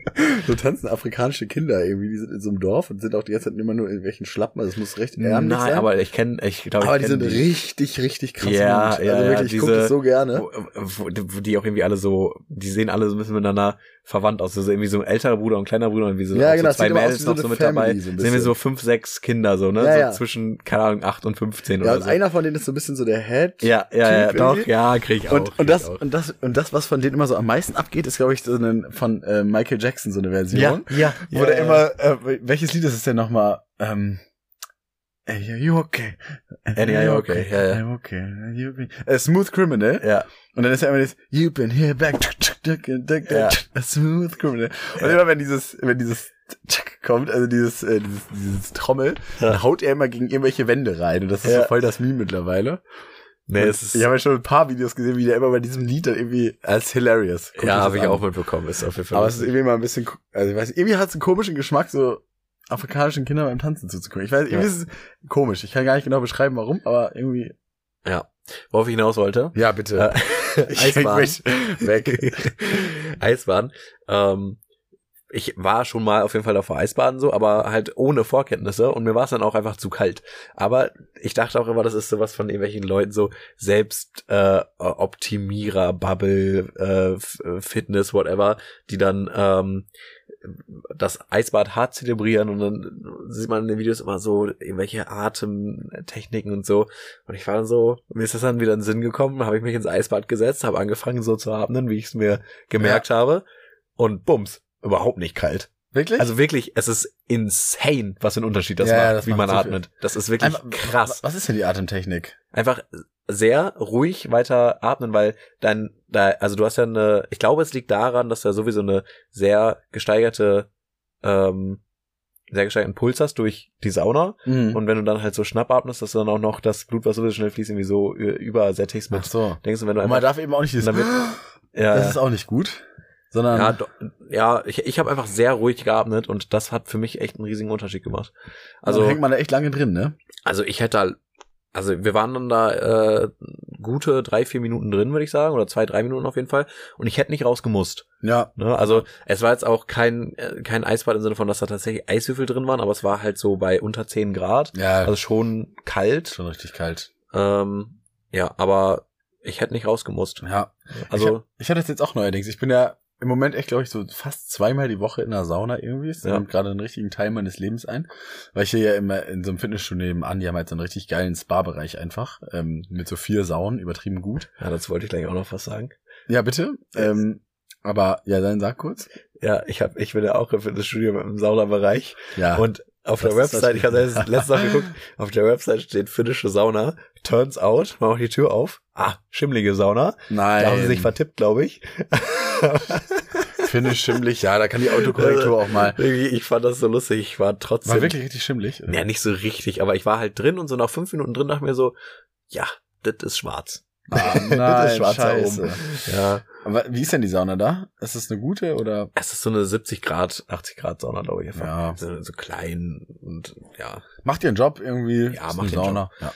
Speaker 1: so tanzende afrikanische Kinder irgendwie, die sind in so einem Dorf und sind auch die ganze Zeit immer nur in irgendwelchen Schlappen, also es muss recht ärmlich
Speaker 2: Nein,
Speaker 1: sein.
Speaker 2: aber ich kenne, ich glaube,
Speaker 1: aber
Speaker 2: ich
Speaker 1: die
Speaker 2: kenn
Speaker 1: sind richtig, richtig krass
Speaker 2: Ja,
Speaker 1: gut.
Speaker 2: ja,
Speaker 1: also
Speaker 2: ja,
Speaker 1: wirklich, ich gucke
Speaker 2: diese- Oh,
Speaker 1: das so gerne.
Speaker 2: wo, wo, wo die auch irgendwie alle so, die sehen alle so ein bisschen miteinander verwandt aus. Also irgendwie so ein älterer Bruder und ein kleiner Bruder und wie so,
Speaker 1: Ja,
Speaker 2: auch
Speaker 1: genau,
Speaker 2: so
Speaker 1: es
Speaker 2: zwei
Speaker 1: sieht immer aus
Speaker 2: Mädels
Speaker 1: wie so
Speaker 2: noch
Speaker 1: eine
Speaker 2: so mit
Speaker 1: Family
Speaker 2: dabei.
Speaker 1: so ein
Speaker 2: sehen wir
Speaker 1: bisschen.
Speaker 2: so fünf, sechs Kinder so, ne?
Speaker 1: Ja,
Speaker 2: so
Speaker 1: ja.
Speaker 2: zwischen, keine Ahnung, acht und 15
Speaker 1: Ja,
Speaker 2: oder
Speaker 1: und
Speaker 2: so.
Speaker 1: einer von denen ist so ein bisschen so der Head.
Speaker 2: also ja, ja, ja,
Speaker 1: Typ
Speaker 2: doch,
Speaker 1: irgendwie.
Speaker 2: ja, krieg ich auch.
Speaker 1: Und,
Speaker 2: krieg
Speaker 1: und, das,
Speaker 2: ich auch.
Speaker 1: und, das, und das, was von denen immer so am meisten abgeht, ist, glaube ich, so eine, von äh, Michael Jackson so eine Version.
Speaker 2: ja, ja,
Speaker 1: Wo der immer, äh, welches Lied ist es denn nochmal? Ähm, Ey, are you okay?
Speaker 2: Ey, are you okay? Ja, ja.
Speaker 1: Are you okay? Are you okay? Äh, smooth Criminal.
Speaker 2: Ja.
Speaker 1: Und dann ist ja immer das, you've been here back,
Speaker 2: Ja.
Speaker 1: a smooth criminal. Und immer wenn dieses, wenn dieses tschak kommt, also dieses, äh, dieses, dieses Trommel, dann haut er immer gegen irgendwelche Wände rein. Und das ist
Speaker 2: Ja.
Speaker 1: so voll das Meme mittlerweile.
Speaker 2: Nee,
Speaker 1: Und
Speaker 2: es ist,
Speaker 1: ich habe ja schon ein paar Videos gesehen, wie der immer bei diesem Lied dann irgendwie als hilarious. Guckt euch
Speaker 2: ja,
Speaker 1: das
Speaker 2: habe ich
Speaker 1: an.
Speaker 2: auch mitbekommen. Ist auf jeden Fall.
Speaker 1: Aber es ist irgendwie mal ein bisschen, ko- also ich weiß, nicht, irgendwie hat es einen komischen Geschmack, so afrikanischen Kindern beim Tanzen zuzugucken. Ich weiß, irgendwie
Speaker 2: Ja.
Speaker 1: ist es komisch. Ich kann gar nicht genau beschreiben, warum, aber irgendwie.
Speaker 2: ja. Worauf ich hinaus wollte.
Speaker 1: Ja, bitte. Ich
Speaker 2: Eisbahn.
Speaker 1: möchte-
Speaker 2: Weg. Eisbahn. Ähm, ich war schon mal auf jeden Fall auf der Eisbahn so, aber halt ohne Vorkenntnisse und mir war es dann auch einfach zu kalt. Aber ich dachte auch immer, das ist sowas von irgendwelchen Leuten so selbst äh, Optimierer, Bubble, äh, F- Fitness, whatever, die dann ähm, das Eisbad hart zelebrieren und dann sieht man in den Videos immer so irgendwelche Atemtechniken und so. Und ich war dann so, mir ist das dann wieder in den Sinn gekommen, habe ich mich ins Eisbad gesetzt, habe angefangen so zu atmen, wie ich es mir gemerkt habe. Und bums, überhaupt nicht kalt.
Speaker 1: Wirklich?
Speaker 2: Also wirklich, es ist insane, was für ein Unterschied das
Speaker 1: Ja,
Speaker 2: macht,
Speaker 1: ja, das
Speaker 2: wie
Speaker 1: macht
Speaker 2: man
Speaker 1: so viel.
Speaker 2: atmet. Das ist wirklich
Speaker 1: Einfach-
Speaker 2: krass.
Speaker 1: Was ist denn die Atemtechnik?
Speaker 2: Einfach sehr ruhig weiter atmen, weil dein, da, also du hast ja eine, ich glaube, es liegt daran, dass du ja sowieso eine sehr gesteigerte, ähm, sehr gesteigerten Puls hast durch die Sauna.
Speaker 1: Und
Speaker 2: Und wenn du dann halt so schnapp atmest, dass du dann auch noch das Blut, was sowieso schnell fließt, irgendwie so äh, übersättigst mit.
Speaker 1: Ach so.
Speaker 2: Denkst du, wenn du
Speaker 1: Und man
Speaker 2: einfach,
Speaker 1: darf eben auch nicht dieses,
Speaker 2: Und ja,
Speaker 1: das ist auch ähm, nicht gut, sondern,
Speaker 2: ja, do, ja, ich, ich habe einfach sehr ruhig geatmet und das hat für mich echt einen riesigen Unterschied gemacht.
Speaker 1: also
Speaker 2: Also,
Speaker 1: hängt man da echt lange drin, ne?
Speaker 2: also ich hätte, da- also wir waren dann da äh, gute drei, vier Minuten drin, würde ich sagen, oder zwei, drei Minuten auf jeden Fall. Und ich hätte nicht rausgemusst.
Speaker 1: Ja.
Speaker 2: Ne? Also es war jetzt auch kein äh, kein Eisbad im Sinne von, dass da tatsächlich Eiswürfel drin waren, aber es war halt so bei unter 10 Grad,
Speaker 1: Ja,
Speaker 2: also schon kalt.
Speaker 1: schon richtig kalt.
Speaker 2: Ähm, ja, aber ich hätte nicht rausgemusst.
Speaker 1: Ja. ich,
Speaker 2: Also,
Speaker 1: hab- ich hatte das jetzt auch neuerdings. Ich bin ja im Moment echt, glaube ich, so fast zweimal die Woche in der Sauna irgendwie. Es
Speaker 2: Ja.
Speaker 1: nimmt gerade einen richtigen Teil meines Lebens ein. Weil ich hier ja immer in so einem Fitnessstudio nebenan, die haben halt so einen richtig geilen Spa-Bereich einfach. Ähm, mit so vier Saunen, übertrieben gut.
Speaker 2: ja, das wollte ich gleich auch noch was sagen.
Speaker 1: Ja, bitte. Ähm, aber, ja, dann sag kurz.
Speaker 2: Ja, ich hab, ich bin ja auch im Fitnessstudio im Saunabereich.
Speaker 1: Ja.
Speaker 2: Und auf der Website, ich habe letztens, letztens noch geguckt, auf der Website steht finnische Sauna. Turns out, mach auch die Tür auf. Ah, schimmlige Sauna.
Speaker 1: Nein.
Speaker 2: Da haben sie sich vertippt, glaube ich.
Speaker 1: Finde ich schimmelig, ja, da kann die Autokorrektur auch mal.
Speaker 2: Irgendwie, ich fand das so lustig. Ich war trotzdem.
Speaker 1: War wirklich richtig schimmelig.
Speaker 2: Ja, nicht so richtig, aber ich war halt drin und so nach fünf Minuten drin dachte ich mir so, ja, das ist schwarz.
Speaker 1: Ah,
Speaker 2: das
Speaker 1: nein,
Speaker 2: ist schwarz da
Speaker 1: scheiße.
Speaker 2: oben. Ja.
Speaker 1: Aber wie ist denn die Sauna da? Ist das eine gute oder?
Speaker 2: Es ist so eine 70 Grad, 80 Grad Sauna, glaube ich.
Speaker 1: Ja.
Speaker 2: So, so klein und ja.
Speaker 1: Macht ihr einen Job irgendwie?
Speaker 2: Ja,
Speaker 1: Ist
Speaker 2: macht
Speaker 1: eine
Speaker 2: ihr einen
Speaker 1: Sauna. Ja.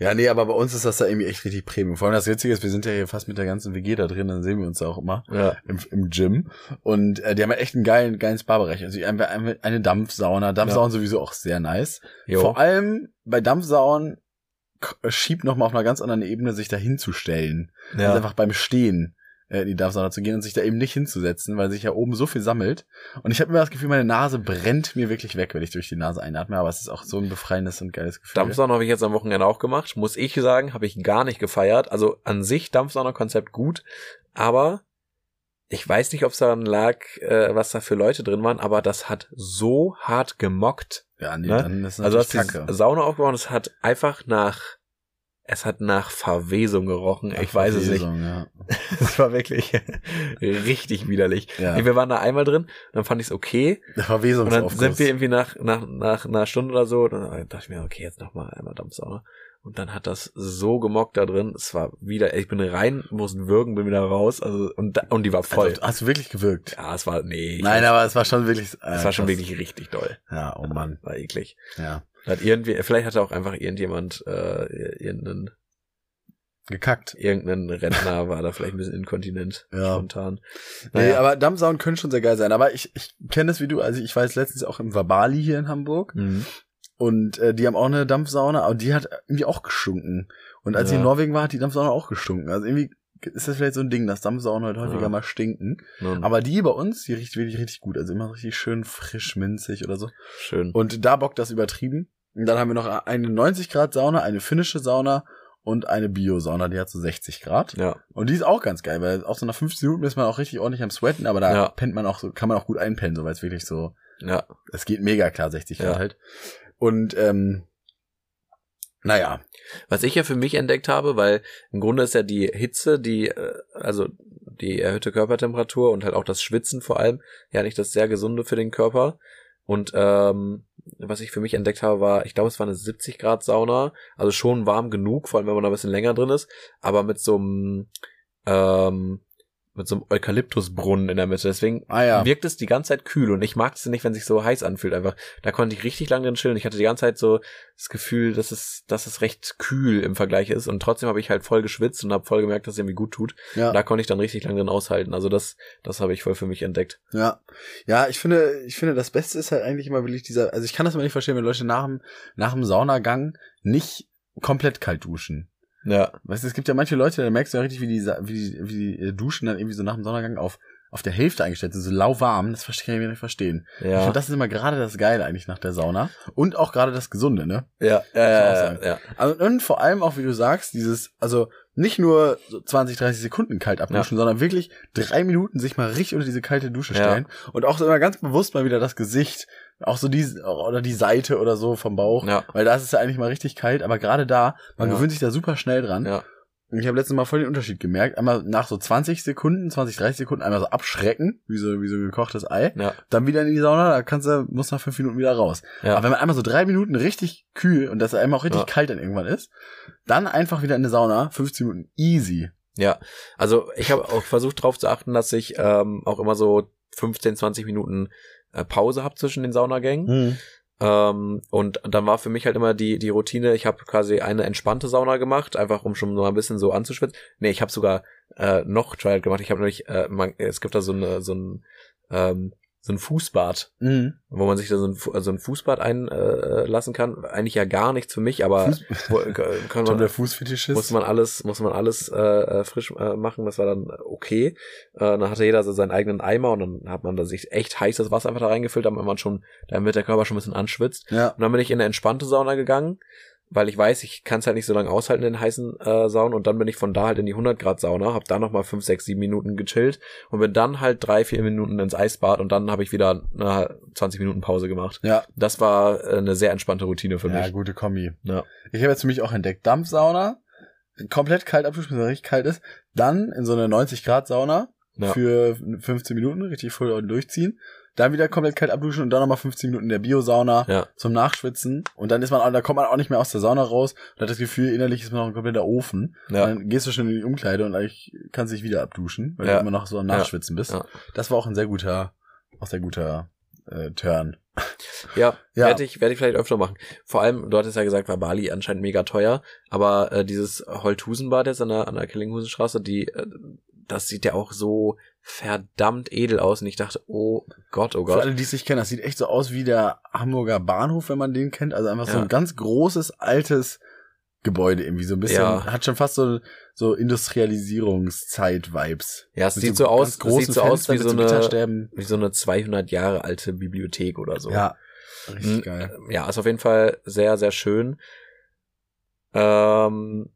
Speaker 1: ja, nee, aber bei uns ist das da irgendwie echt richtig Premium. Vor allem das Witzige ist, wir sind ja hier fast mit der ganzen WG da drin, dann sehen wir uns da auch immer
Speaker 2: ja.
Speaker 1: im, im Gym. Und äh, die haben ja echt einen geilen, geilen Spa-Bereich. Also die haben eine eine Dampfsauna. Dampfsaunen sowieso auch sehr nice.
Speaker 2: Jo.
Speaker 1: Vor allem bei Dampfsaunen k- äh, schiebt nochmal auf einer ganz anderen Ebene, sich da hinzustellen. Also einfach beim Stehen äh, in die Dampfsauna zu gehen und sich da eben nicht hinzusetzen, weil sich ja oben so viel sammelt. Und ich habe immer das Gefühl, meine Nase brennt mir wirklich weg, wenn ich durch die Nase einatme, aber es ist auch so ein befreiendes und geiles Gefühl.
Speaker 2: Dampfsauna habe ich jetzt am Wochenende auch gemacht. Muss ich sagen, habe ich gar nicht gefeiert. Also an sich Dampfsauna-Konzept gut, aber ich weiß nicht, ob es daran lag, äh, was da für Leute drin waren, aber das hat so hart gemockt.
Speaker 1: Ja, nee,
Speaker 2: ne?
Speaker 1: dann ist also
Speaker 2: Also du hast die
Speaker 1: Kacke.
Speaker 2: Sauna aufgebaut und es hat einfach nach, es hat nach Verwesung gerochen. ich weiß es nicht.
Speaker 1: Verwesung, Ja.
Speaker 2: Es war wirklich richtig widerlich.
Speaker 1: Ja.
Speaker 2: Wir waren da einmal drin, dann fand ich es okay. Und dann
Speaker 1: Verwesungsaufguss.
Speaker 2: sind wir irgendwie nach, nach, nach einer Stunde oder so, dann dachte ich mir, okay, jetzt nochmal einmal Dampfsauna. Und dann hat das so gemockt da drin, es war wieder, ich bin rein, musste würgen, bin wieder raus, also, und, da, und die war voll.
Speaker 1: Also, hast du wirklich gewirkt?
Speaker 2: ja, es war, nee, ich
Speaker 1: Nein,
Speaker 2: weiß-
Speaker 1: aber es war schon wirklich. äh,
Speaker 2: es war schon
Speaker 1: krass.
Speaker 2: wirklich richtig doll.
Speaker 1: Ja, oh Mann.
Speaker 2: War eklig.
Speaker 1: Ja.
Speaker 2: Hat irgendwie, vielleicht hatte auch einfach irgendjemand, äh, irgendeinen,
Speaker 1: Gekackt.
Speaker 2: irgendein Rentner war da vielleicht ein bisschen inkontinent,
Speaker 1: Ja.
Speaker 2: spontan.
Speaker 1: Nee,
Speaker 2: Naja.
Speaker 1: aber Dampfsaunen können schon sehr geil sein. Aber ich, ich kenne das wie du, also ich war jetzt letztens auch im Vabali hier in Hamburg.
Speaker 2: Mhm.
Speaker 1: Und äh, die haben auch eine Dampfsauna, aber die hat irgendwie auch gestunken. Und als ich
Speaker 2: Ja.
Speaker 1: in Norwegen war, hat die Dampfsauna auch gestunken. Also irgendwie ist das vielleicht so ein Ding, dass Dampfsaunen halt häufiger
Speaker 2: Ja.
Speaker 1: mal stinken.
Speaker 2: Nun,
Speaker 1: Aber die bei uns, die riecht wirklich richtig gut. Also immer richtig schön frisch, minzig oder so.
Speaker 2: schön.
Speaker 1: Und da bockt das übertrieben. Und dann haben wir noch eine 90 Grad Sauna, eine finnische Sauna und eine Bio-Sauna, die hat so 60 Grad.
Speaker 2: ja.
Speaker 1: Und die ist auch ganz geil, weil auch so nach 15 Minuten ist man auch richtig ordentlich am Sweaten, aber da
Speaker 2: Ja.
Speaker 1: pennt man auch so, kann man auch gut einpennen, so weil es wirklich so
Speaker 2: Ja.
Speaker 1: es geht mega klar 60 Grad
Speaker 2: Ja.
Speaker 1: halt. Und halt. ähm, Naja,
Speaker 2: Was ich ja für mich entdeckt habe, weil im Grunde ist ja die Hitze, die, äh, also die erhöhte Körpertemperatur und halt auch das Schwitzen vor allem, ja nicht das sehr Gesunde für den Körper. Und ähm, was ich für mich entdeckt habe, war, ich glaube, es war eine 70 Grad Sauna, also schon warm genug, vor allem wenn man da ein bisschen länger drin ist, aber mit so einem, ähm, mit so einem Eukalyptusbrunnen in der Mitte. Deswegen
Speaker 1: ah ja.
Speaker 2: wirkt es die ganze Zeit kühl und ich mag es nicht, wenn sich so heiß anfühlt. Einfach, da konnte ich richtig lange drin chillen. Ich hatte die ganze Zeit so das Gefühl, dass es, dass es recht kühl im Vergleich ist und trotzdem habe ich halt voll geschwitzt und habe voll gemerkt, dass es irgendwie gut tut.
Speaker 1: ja.
Speaker 2: Da konnte ich dann richtig lange drin aushalten. Also das, das habe ich voll für mich entdeckt.
Speaker 1: Ja, ja, ich finde, ich finde, das Beste ist halt eigentlich immer wirklich dieser, also ich kann das immer nicht verstehen, wenn Leute nach dem, nach dem Saunagang nicht komplett kalt duschen.
Speaker 2: Ja,
Speaker 1: Weißt du, es gibt ja manche Leute, da merkst du ja richtig, wie die, Sa- wie die, wie die äh, Duschen dann irgendwie so nach dem Saunagang auf, auf der Hälfte eingestellt sind, so lauwarm, das verste- kann ich mir nicht verstehen. Ich
Speaker 2: ja,
Speaker 1: finde, das ist immer gerade das Geile eigentlich nach der Sauna. Und auch gerade das Gesunde, ne?
Speaker 2: ja,
Speaker 1: muss ich auch
Speaker 2: ja,
Speaker 1: sagen.
Speaker 2: ja, ja,
Speaker 1: Also, und vor allem auch, wie du sagst, dieses, also nicht nur so 20, 30 Sekunden kalt abduschen, sondern wirklich drei Minuten sich mal richtig unter diese kalte Dusche
Speaker 2: Ja.
Speaker 1: stellen und auch so immer ganz bewusst mal wieder das Gesicht, auch so die, oder die Seite oder so vom Bauch,
Speaker 2: ja,
Speaker 1: weil da ist es ja eigentlich mal richtig kalt, aber gerade da, man
Speaker 2: Ja.
Speaker 1: gewöhnt sich da super schnell dran.
Speaker 2: ja,
Speaker 1: Und ich habe letztes Mal voll den Unterschied gemerkt, einmal nach so 20 Sekunden, 20, 30 Sekunden einmal so abschrecken, wie so, wie so ein gekochtes Ei,
Speaker 2: ja,
Speaker 1: dann wieder in die Sauna, da kannst du, musst nach fünf Minuten wieder raus.
Speaker 2: ja.
Speaker 1: Aber wenn man einmal so drei Minuten richtig kühl und dass einem auch richtig
Speaker 2: Ja.
Speaker 1: kalt dann irgendwann ist, dann einfach wieder in eine Sauna, 15 Minuten easy.
Speaker 2: Ja, also ich habe auch versucht darauf zu achten, dass ich ähm, auch immer so 15, 20 Minuten äh, Pause habe zwischen den
Speaker 1: Mhm.
Speaker 2: Saunagängen.
Speaker 1: Hm.
Speaker 2: Ähm, und dann war für mich halt immer die, die Routine, ich habe quasi eine entspannte Sauna gemacht, einfach um schon mal ein bisschen so anzuschwitzen. Nee, ich habe sogar äh, noch Trial gemacht. Ich habe nämlich, äh, man, es gibt da so, eine, so ein ähm, so ein Fußbad,
Speaker 1: Mhm.
Speaker 2: wo man sich da so ein, Fu- äh, so ein Fußbad einlassen kann. Eigentlich ja gar nichts für mich, aber wo, äh, kann
Speaker 1: Tom,
Speaker 2: man,
Speaker 1: der Fußfetischist.
Speaker 2: muss man alles, muss man alles äh, äh, frisch äh, machen. Das war dann okay. Äh, dann hatte jeder so seinen eigenen Eimer und dann hat man da sich echt heißes Wasser einfach da reingefüllt, damit man schon, damit der Körper schon ein bisschen anschwitzt.
Speaker 1: ja.
Speaker 2: Und dann bin ich in eine entspannte Sauna gegangen, weil ich weiß, ich kann es halt nicht so lange aushalten in heißen äh, Saunen. Und dann bin ich von da halt in die 100 Grad Sauna, habe da nochmal 5, 6, 7 Minuten gechillt und bin dann halt drei, vier Minuten ins Eisbad und dann habe ich wieder eine 20 Minuten Pause gemacht.
Speaker 1: Ja,
Speaker 2: Das war äh, eine sehr entspannte Routine für
Speaker 1: ja,
Speaker 2: mich.
Speaker 1: gute Kombi.
Speaker 2: Ja.
Speaker 1: Ich habe jetzt für mich auch entdeckt, Dampfsauna, komplett kalt abduschen, wenn es richtig kalt ist, dann in so eine 90 Grad Sauna
Speaker 2: Ja.
Speaker 1: für 15 Minuten richtig voll und durchziehen, dann wieder komplett kalt abduschen und dann nochmal 15 Minuten in der Bio-Sauna
Speaker 2: Ja.
Speaker 1: zum Nachschwitzen und dann ist man, auch- da kommt man auch nicht mehr aus der Sauna raus und hat das Gefühl, innerlich ist man noch ein kompletter Ofen.
Speaker 2: Ja.
Speaker 1: Dann gehst du schon in die Umkleide und eigentlich kannst dich wieder abduschen, weil
Speaker 2: Ja.
Speaker 1: du immer noch so am
Speaker 2: Ja.
Speaker 1: Nachschwitzen bist.
Speaker 2: Ja.
Speaker 1: Das war auch ein sehr guter, auch sehr guter äh, Turn.
Speaker 2: Ja,
Speaker 1: Ja.
Speaker 2: werde ich, werd ich vielleicht öfter machen. Vor allem, du hattest ja gesagt, war Bali anscheinend mega teuer, aber äh, dieses Holthusenbad jetzt an der, an der Kellinghusenstraße, die, äh, das sieht ja auch so verdammt edel aus und ich dachte, oh Gott, oh
Speaker 1: Für
Speaker 2: Gott.
Speaker 1: alle, die es nicht kennen, das sieht echt so aus wie der Hamburger Bahnhof, wenn man den kennt. Also einfach so
Speaker 2: Ja.
Speaker 1: ein ganz großes, altes Gebäude irgendwie. So ein bisschen,
Speaker 2: Ja.
Speaker 1: hat schon fast so, so Industrialisierungszeit-Vibes.
Speaker 2: Ja, es
Speaker 1: Mit
Speaker 2: sieht so
Speaker 1: ganz
Speaker 2: aus, es
Speaker 1: großen
Speaker 2: sieht so aus
Speaker 1: Fenstern
Speaker 2: wie
Speaker 1: mit
Speaker 2: so eine,
Speaker 1: Gitterstäben.
Speaker 2: wie so eine 200 Jahre alte Bibliothek oder so.
Speaker 1: Ja, richtig
Speaker 2: Mhm.
Speaker 1: geil.
Speaker 2: Ja, ist auf jeden Fall sehr, sehr schön. Ähm,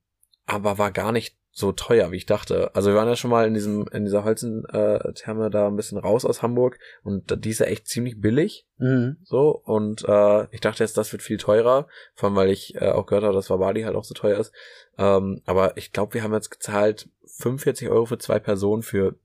Speaker 2: aber war gar nicht so teuer, wie ich dachte. Also wir waren ja schon mal in diesem, in dieser Holzentherme äh, Therme da ein bisschen raus aus Hamburg und da- die ist ja echt ziemlich billig.
Speaker 1: Mhm.
Speaker 2: So, und äh, ich dachte jetzt, das wird viel teurer, vor allem weil ich äh, auch gehört habe, dass Wabali halt auch so teuer ist. Ähm, aber ich glaube, wir haben jetzt gezahlt 45 Euro für zwei Personen für,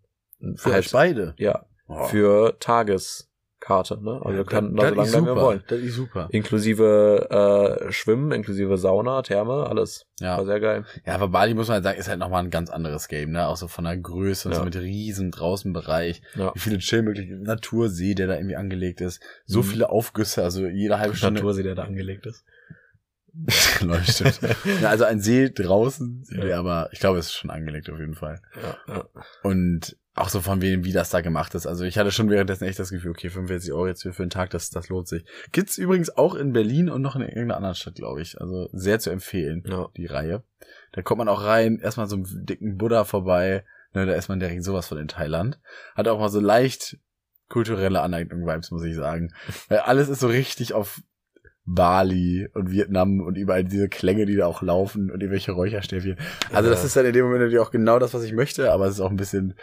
Speaker 1: Für euch
Speaker 2: halt,
Speaker 1: beide.
Speaker 2: ja,
Speaker 1: Oh.
Speaker 2: für Tageskarte, ne? Also wir könnten da so lange
Speaker 1: ist
Speaker 2: bleiben, wie
Speaker 1: super.
Speaker 2: wir wollen.
Speaker 1: Oh, Das ist super.
Speaker 2: Inklusive äh, Schwimmen, inklusive Sauna, Therme, alles.
Speaker 1: Ja.
Speaker 2: War sehr geil.
Speaker 1: Ja, aber Bali muss man halt sagen, ist halt nochmal ein ganz anderes Game, ne? Auch so von der Größe und
Speaker 2: Ja.
Speaker 1: so mit riesen Draußenbereich,
Speaker 2: Ja.
Speaker 1: wie viele Chillmöglichkeiten, Natursee, der da irgendwie angelegt ist, so
Speaker 2: Mhm.
Speaker 1: viele Aufgüsse, also jede halbe Stunde.
Speaker 2: Natursee, der da angelegt ist.
Speaker 1: Leuchtet. ja, also ein See draußen,
Speaker 2: Ja.
Speaker 1: nee, aber ich glaube, es ist schon angelegt auf jeden Fall.
Speaker 2: Ja, ja.
Speaker 1: Und auch so von wem, wie das da gemacht ist. Also ich hatte schon währenddessen echt das Gefühl, okay, 45 Euro jetzt für, für einen Tag, das, das lohnt sich. Gibt's übrigens auch in Berlin und noch in irgendeiner anderen Stadt, glaube ich. Also sehr zu empfehlen.
Speaker 2: ja.
Speaker 1: die Reihe. Da kommt man auch rein, erstmal so einem dicken Buddha vorbei. Ne, da ist man direkt sowas von in Thailand. Hat auch mal so leicht kulturelle Aneignung-Vibes, muss ich sagen. Weil alles ist so richtig auf Bali und Vietnam und überall diese Klänge, die da auch laufen und irgendwelche Räucherstäbchen. Also das
Speaker 2: Ja.
Speaker 1: ist dann in dem Moment natürlich auch genau das, was ich möchte, aber es ist auch ein bisschen,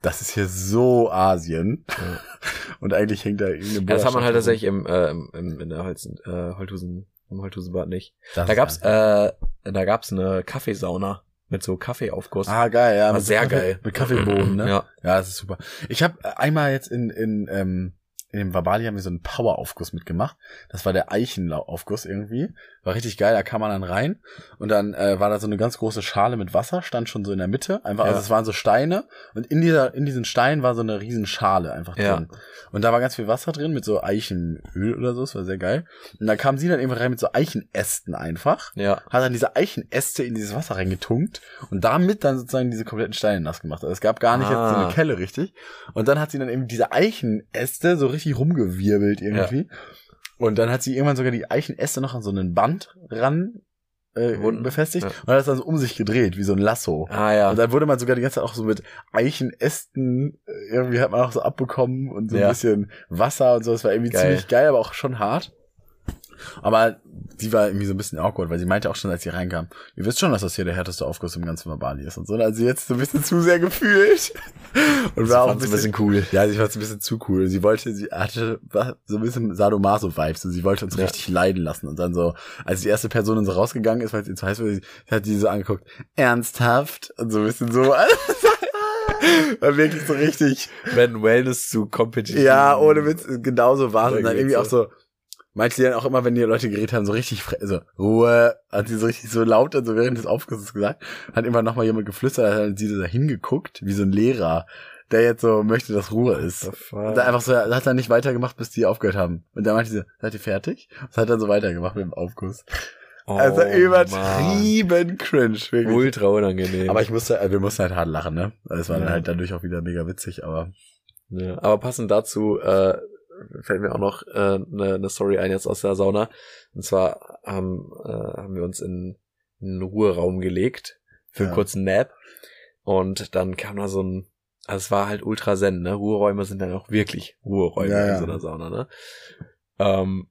Speaker 1: das ist hier so Asien.
Speaker 2: Ja.
Speaker 1: Und eigentlich hängt da irgendeine
Speaker 2: Ja, das hat man halt
Speaker 1: Buddha-Statue rum.
Speaker 2: tatsächlich im, äh, im, im in der Holzen, äh, Holthusen Im Holthusbad nicht.
Speaker 4: Das
Speaker 2: Da
Speaker 4: ist
Speaker 2: gab's,
Speaker 4: geil.
Speaker 2: äh, da gab's eine Kaffeesauna mit so Kaffeeaufguss.
Speaker 1: Ah, geil, ja.
Speaker 2: War
Speaker 1: mit
Speaker 2: sehr
Speaker 1: Kaffee-
Speaker 2: geil.
Speaker 1: Mit Kaffeebohnen, ne?
Speaker 2: Ja.
Speaker 1: Ja, das ist super. Ich habe einmal jetzt in, in, ähm, in dem Vabali haben wir so einen Power-Aufguss mitgemacht. Das war der Eichenaufguss irgendwie. War richtig geil, da kam man dann rein. Und dann äh, war da so eine ganz große Schale mit Wasser, stand schon so in der Mitte. Einfach,
Speaker 2: Ja.
Speaker 1: also es waren so Steine. Und in dieser, in diesen Steinen war so eine riesen Schale einfach
Speaker 2: Ja.
Speaker 1: drin. Und da war ganz viel Wasser drin mit so Eichenöl oder so. Das war sehr geil. Und dann kam sie dann eben rein mit so Eichenästen einfach
Speaker 2: Ja.
Speaker 1: hat dann diese Eichenäste in dieses Wasser reingetunkt und damit dann sozusagen diese kompletten Steine nass gemacht. Also es gab gar nicht jetzt so
Speaker 2: Ah.
Speaker 1: eine Kelle richtig. Und dann hat sie dann eben diese Eichenäste so richtig rumgewirbelt irgendwie. Und dann hat sie irgendwann sogar die Eichenäste noch an so einen Band ran äh,
Speaker 2: Gebunden,
Speaker 1: befestigt
Speaker 2: ja.
Speaker 1: und hat das dann so um sich gedreht, wie so ein Lasso.
Speaker 2: Ah, ja.
Speaker 1: Und dann wurde man sogar die ganze Zeit auch so mit Eichenästen, äh, irgendwie hat man auch so abbekommen und so
Speaker 2: Ja.
Speaker 1: ein bisschen Wasser und so. Das war irgendwie
Speaker 2: Geil.
Speaker 1: ziemlich geil, aber auch schon hart. Aber die war irgendwie so ein bisschen awkward, weil sie meinte auch schon, als sie reinkam, ihr wisst schon, dass das hier der härteste Aufguss im ganzen Bali ist und so. Also jetzt so ein bisschen zu sehr gefühlt. Und
Speaker 2: Sie
Speaker 1: war auch ein
Speaker 2: fand's
Speaker 1: bisschen,
Speaker 2: ein bisschen cool.
Speaker 1: Ja, sie fand es ein bisschen zu cool. Sie wollte, sie hatte war so ein bisschen Sadomaso-Vibes und sie wollte uns
Speaker 2: Ja.
Speaker 1: richtig leiden lassen. Und dann so, als die erste Person uns rausgegangen ist, weil es ihr zu heiß wurde, sie hat die so angeguckt, ernsthaft? Und so ein bisschen so. war wirklich so richtig.
Speaker 2: Wenn Wellness zu kompetitiv.
Speaker 1: Ja, ohne Witz, genauso war es. Und
Speaker 2: Oder
Speaker 1: dann irgendwie auch
Speaker 2: geht's
Speaker 1: so, meinte sie dann auch immer, wenn die Leute geredet haben, so richtig, fre- so Ruhe, hat sie so richtig so laut und so während des Aufgusses gesagt, hat immer nochmal jemand geflüstert, hat dann sie so da hingeguckt, wie so ein Lehrer, der jetzt so möchte, dass Ruhe ist. Und dann einfach so, hat dann nicht weitergemacht, bis die aufgehört haben. Und dann meinte sie, seid ihr fertig? Und hat dann so weitergemacht mit dem Aufguss.
Speaker 2: Oh,
Speaker 1: also
Speaker 2: Mann.
Speaker 1: übertrieben cringe, wirklich.
Speaker 2: Ultra unangenehm.
Speaker 1: Aber ich musste, äh, wir mussten halt hart lachen, ne? Es war dann
Speaker 2: Ja.
Speaker 1: halt dadurch auch wieder mega witzig, aber.
Speaker 2: Ja, aber passend dazu äh, fällt mir auch noch äh, eine, eine Story ein jetzt aus der Sauna. Und zwar haben, äh, haben wir uns in einen Ruheraum gelegt für einen
Speaker 1: Ja.
Speaker 2: kurzen Nap. Und dann kam da so ein, also es war halt ultra zen, ne? Ruheräume sind dann auch wirklich Ruheräume
Speaker 1: Ja,
Speaker 2: in
Speaker 1: ja.
Speaker 2: so einer Sauna, ne? Ähm,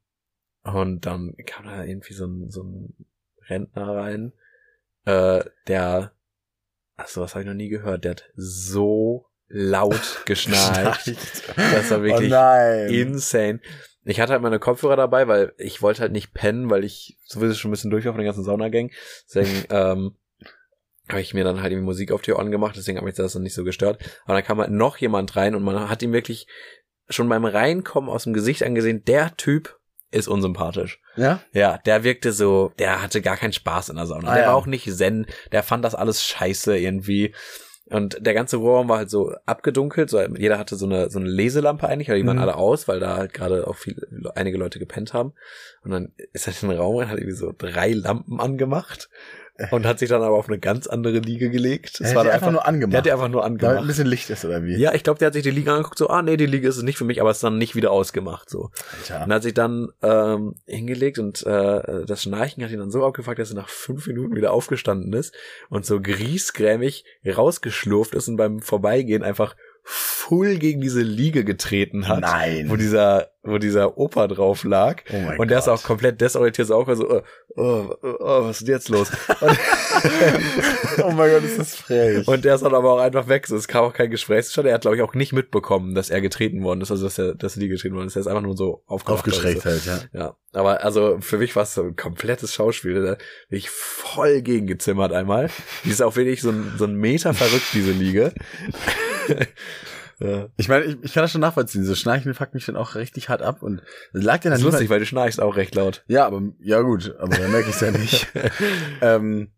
Speaker 2: und dann kam da irgendwie so ein, so ein Rentner rein, äh, der, also was habe ich noch nie gehört, der hat so laut geschnarcht. Das war wirklich
Speaker 1: oh nein.
Speaker 2: insane. Ich hatte halt meine Kopfhörer dabei, weil ich wollte halt nicht pennen, weil ich sowieso schon ein bisschen durch war von den ganzen Saunagang. Deswegen ähm, habe ich mir dann halt irgendwie Musik auf die Ohren gemacht, deswegen hat mich das dann nicht so gestört. Aber dann kam halt noch jemand rein und man hat ihm wirklich schon beim Reinkommen aus dem Gesicht angesehen, der Typ ist unsympathisch.
Speaker 1: ja?
Speaker 2: Ja, der wirkte so, der hatte gar keinen Spaß in der Sauna.
Speaker 1: Ah,
Speaker 2: der
Speaker 1: ja.
Speaker 2: war auch nicht zen, der fand das alles scheiße irgendwie. Und der ganze Ruhrraum war halt so abgedunkelt, so, jeder hatte so eine, so eine Leselampe eigentlich, aber die waren
Speaker 1: Mhm.
Speaker 2: alle aus, weil da halt gerade auch viele, einige Leute gepennt haben. Und dann ist er in den Raum rein, hat irgendwie so drei Lampen angemacht und hat sich dann aber auf eine ganz andere Liege gelegt.
Speaker 1: Das war
Speaker 2: dann
Speaker 1: einfach, nur angemacht.
Speaker 2: der hat die einfach nur
Speaker 1: Damit ein
Speaker 2: angemacht.
Speaker 1: bisschen Licht ist, oder wie?
Speaker 2: Ja, ich glaube, der hat sich die Liege angeguckt, so, ah, nee, die Liege ist es nicht für mich, aber ist dann nicht wieder ausgemacht, so.
Speaker 1: Alter.
Speaker 2: Und hat sich dann ähm, hingelegt und äh, das Schnarchen hat ihn dann so abgefuckt, dass er nach fünf Minuten wieder aufgestanden ist und so griesgrämig rausgeschlurft ist und beim Vorbeigehen einfach full gegen diese Liege getreten hat,
Speaker 1: Nein.
Speaker 2: wo dieser, wo dieser Opa drauf lag.
Speaker 1: oh mein
Speaker 2: und der ist auch komplett desorientiert, so auch so, äh, oh, oh, oh, was ist denn jetzt los?
Speaker 1: oh mein Gott, ist das frech.
Speaker 2: Und der ist dann aber auch einfach weg. So, es kam auch kein Gesprächsstand. Er hat, glaube ich, auch nicht mitbekommen, dass er getreten worden ist, also dass er, dass die Liege getreten worden ist. Er ist einfach nur so aufgewacht.
Speaker 1: aufgeschreckt halt, ja.
Speaker 2: Ja, aber also für mich war es so ein komplettes Schauspiel. Da bin ich voll gegengezimmert einmal. Die ist auch wirklich so ein, so ein Meter verrückt, diese Liege. ja.
Speaker 1: Ich meine, ich, ich kann das schon nachvollziehen. So Schnarchen fuckt mich dann auch richtig hart ab und das lag halt dir dann
Speaker 2: Das ist
Speaker 1: niemand-
Speaker 2: lustig, weil du schnarchst auch recht laut.
Speaker 1: Ja, aber ja gut, aber dann merke ich es ja nicht. ähm,